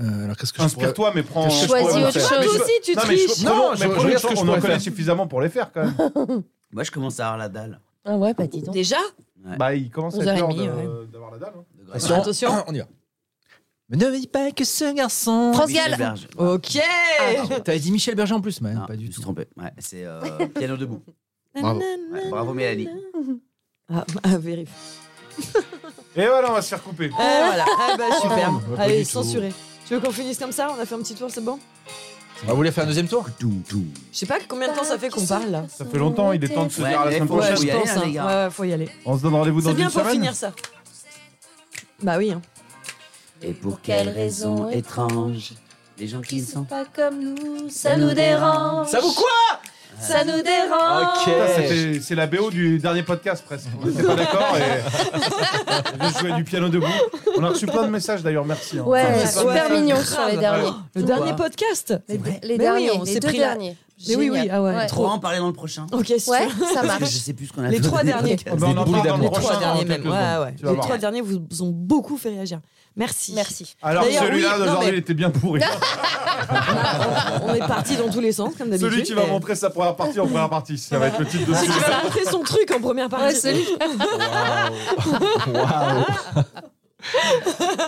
Euh, alors qu'est-ce que je pourrais- Inspire-toi, mais prends. Qu'est-ce que je Choisis pourrais- autre chose. Mais je- Toi aussi, tu Non, mais je- triches. Non, prenons- je- mais je prenons- regarde ce que je on en pourrais connaît faire. suffisamment pour les faire quand même. Moi, je commence à avoir la dalle. Ah ouais, bah dis donc. Déjà Bah, il commence à être 11h30, l'heure de- d'avoir la dalle. hein. De grâce. Attention, Attention. Ah, on y va. Mais ne dis pas que ce garçon. France Michel Gall. Berger. Oh, OK. Ah, pardon, T'avais dit Michel Berger en plus, mais Non, pas je du me suis tout. trompé. Ouais, c'est euh, Piano debout. Bravo. Ouais, bravo Mélanie. Ah, ah, vérifie. Et voilà, on va se faire couper. Eh, voilà. Ah bah superbe. Oh, pas Allez, du tout. censuré. Tu veux qu'on finisse comme ça On a fait un petit tour, c'est bon On va vous voulez faire un deuxième tour Doum, doum. Je sais pas combien de temps Bah, ça fait qu'on parle là. Ça fait longtemps, il est temps de se Ouais, dire à la mais semaine faut- prochaine. faut y aller, hein, les hein. gars. Ouais, faut y aller. On se donne rendez-vous dans C'est une bien semaine. pour finir ça. Bah oui. hein. Et pour quelle raison étrange les gens qui sont. Pas comme nous, ça nous dérange. Ça vous quoi Ça nous dérange. Ok. Putain, c'était- C'est la BO du dernier podcast presque. On n'était pas d'accord et je jouais du piano debout. On a reçu plein de messages d'ailleurs, merci. hein. Ouais, Enfin, super plein de mignon messages. sur les derniers. Le Tout dernier va. podcast. Les, vrai. les Mais oui, derniers, on les s'est deux pris la- derniers. Mais oui, oui, ah ouais. Ouais. Trop en parler dans le prochain. OK, super. Ouais, ça Parce que je marche. sais plus ce qu'on a Les fait trois au début. derniers. Ah bah, on en Des boules parle dans le d'amour. Les prochain. trois dans derniers quelques même. Ouais, secondes. ouais. Tu vas Les voir. trois derniers vous vous ont beaucoup fait réagir. Merci. Merci. Alors D'ailleurs, celui-là oui, non, d'aujourd'hui, mais- il était bien pourri. On est parti dans tous les sens comme d'habitude. Celui qui va mais- montrer sa première partie en première partie, ça va être le titre de Celui ce qui va montrer son truc en première partie. Waouh.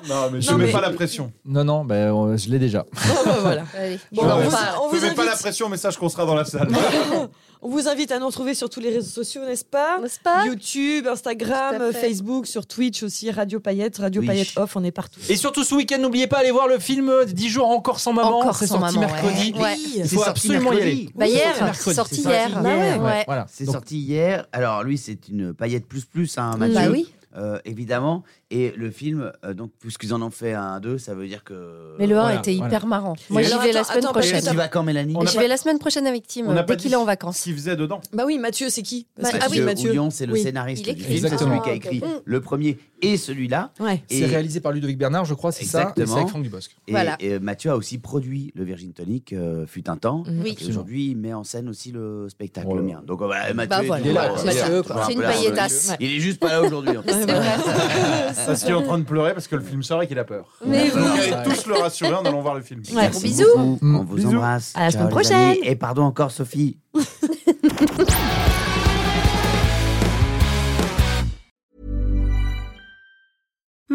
Non, mais je Non, mets mais- pas la pression. Non, non, bah, on- je l'ai déjà. Bon, bah, voilà. Allez. Bon, Ouais, on, ouais. vous, on vous Je mets pas la invite, pression, mais sache qu'on sera dans la salle. on vous invite à nous retrouver sur tous les réseaux sociaux, n'est-ce pas N'est-ce pas YouTube, Instagram, Tout à fait. Facebook, sur Twitch aussi, Radio Paillette, Radio Oui. Paillette Off, on est partout. Et surtout ce week-end, n'oubliez pas d'aller voir le film euh, 10 jours encore sans maman. Encore C'est sans sorti maman, mercredi. Ouais. Il faut absolument y aller. Bah hier, C'est mercredi, sorti c'est ça. hier. Ah Ouais, Ouais. Bah ouais, voilà. C'est Donc, sorti hier. Alors lui, c'est une paillette plus plus, hein, Mathieu. Bah oui. Euh, évidemment. Et le film, euh, donc puisqu'ils en ont fait un, deux, ça veut dire que. Mais le 1 Voilà, était voilà. hyper marrant. Moi, j'y alors, vais la attends, semaine attends, parce Et que prochaine. tu vas quand, Mélanie On a Je pas- vais la semaine prochaine avec Tim, on n'a euh, pas dès qu'il dit- est en vacances. Ce qu'il faisait dedans. Bah oui, Mathieu, c'est qui Parce Bah, que- ah oui, Mathieu Mathieu. Houillon, c'est le Oui. scénariste Il du écrit. film. C'est Exactement. celui qui a écrit Ah, ok. le premier et celui-là. Ouais. Et- C'est réalisé par Ludovic Bernard, je crois, c'est ça. Et Exactement. c'est avec Franck Dubosc. Et, Voilà. et Mathieu a aussi produit le Virgin Tonic, euh, fut un temps. Mhm. Oui. Et aujourd'hui, il met en scène aussi le spectacle, Voilà. le mien. Donc, euh, voilà, Mathieu, Bah voilà. il est là, toujours, euh, quoi. C'est toujours ça. un C'est une peu là, paillettasse. Il est juste pas là aujourd'hui. en fait. C'est vrai. Parce qu'il est en train de pleurer parce que le film sort et qu'il a peur. Mais Donc, oui. allez tous le rassurer en allant voir le film. Ouais. Merci Bisous. beaucoup. Mm. On vous Bisous. embrasse. À la Ciao, semaine les amis. prochaine. Et pardon encore, Sophie.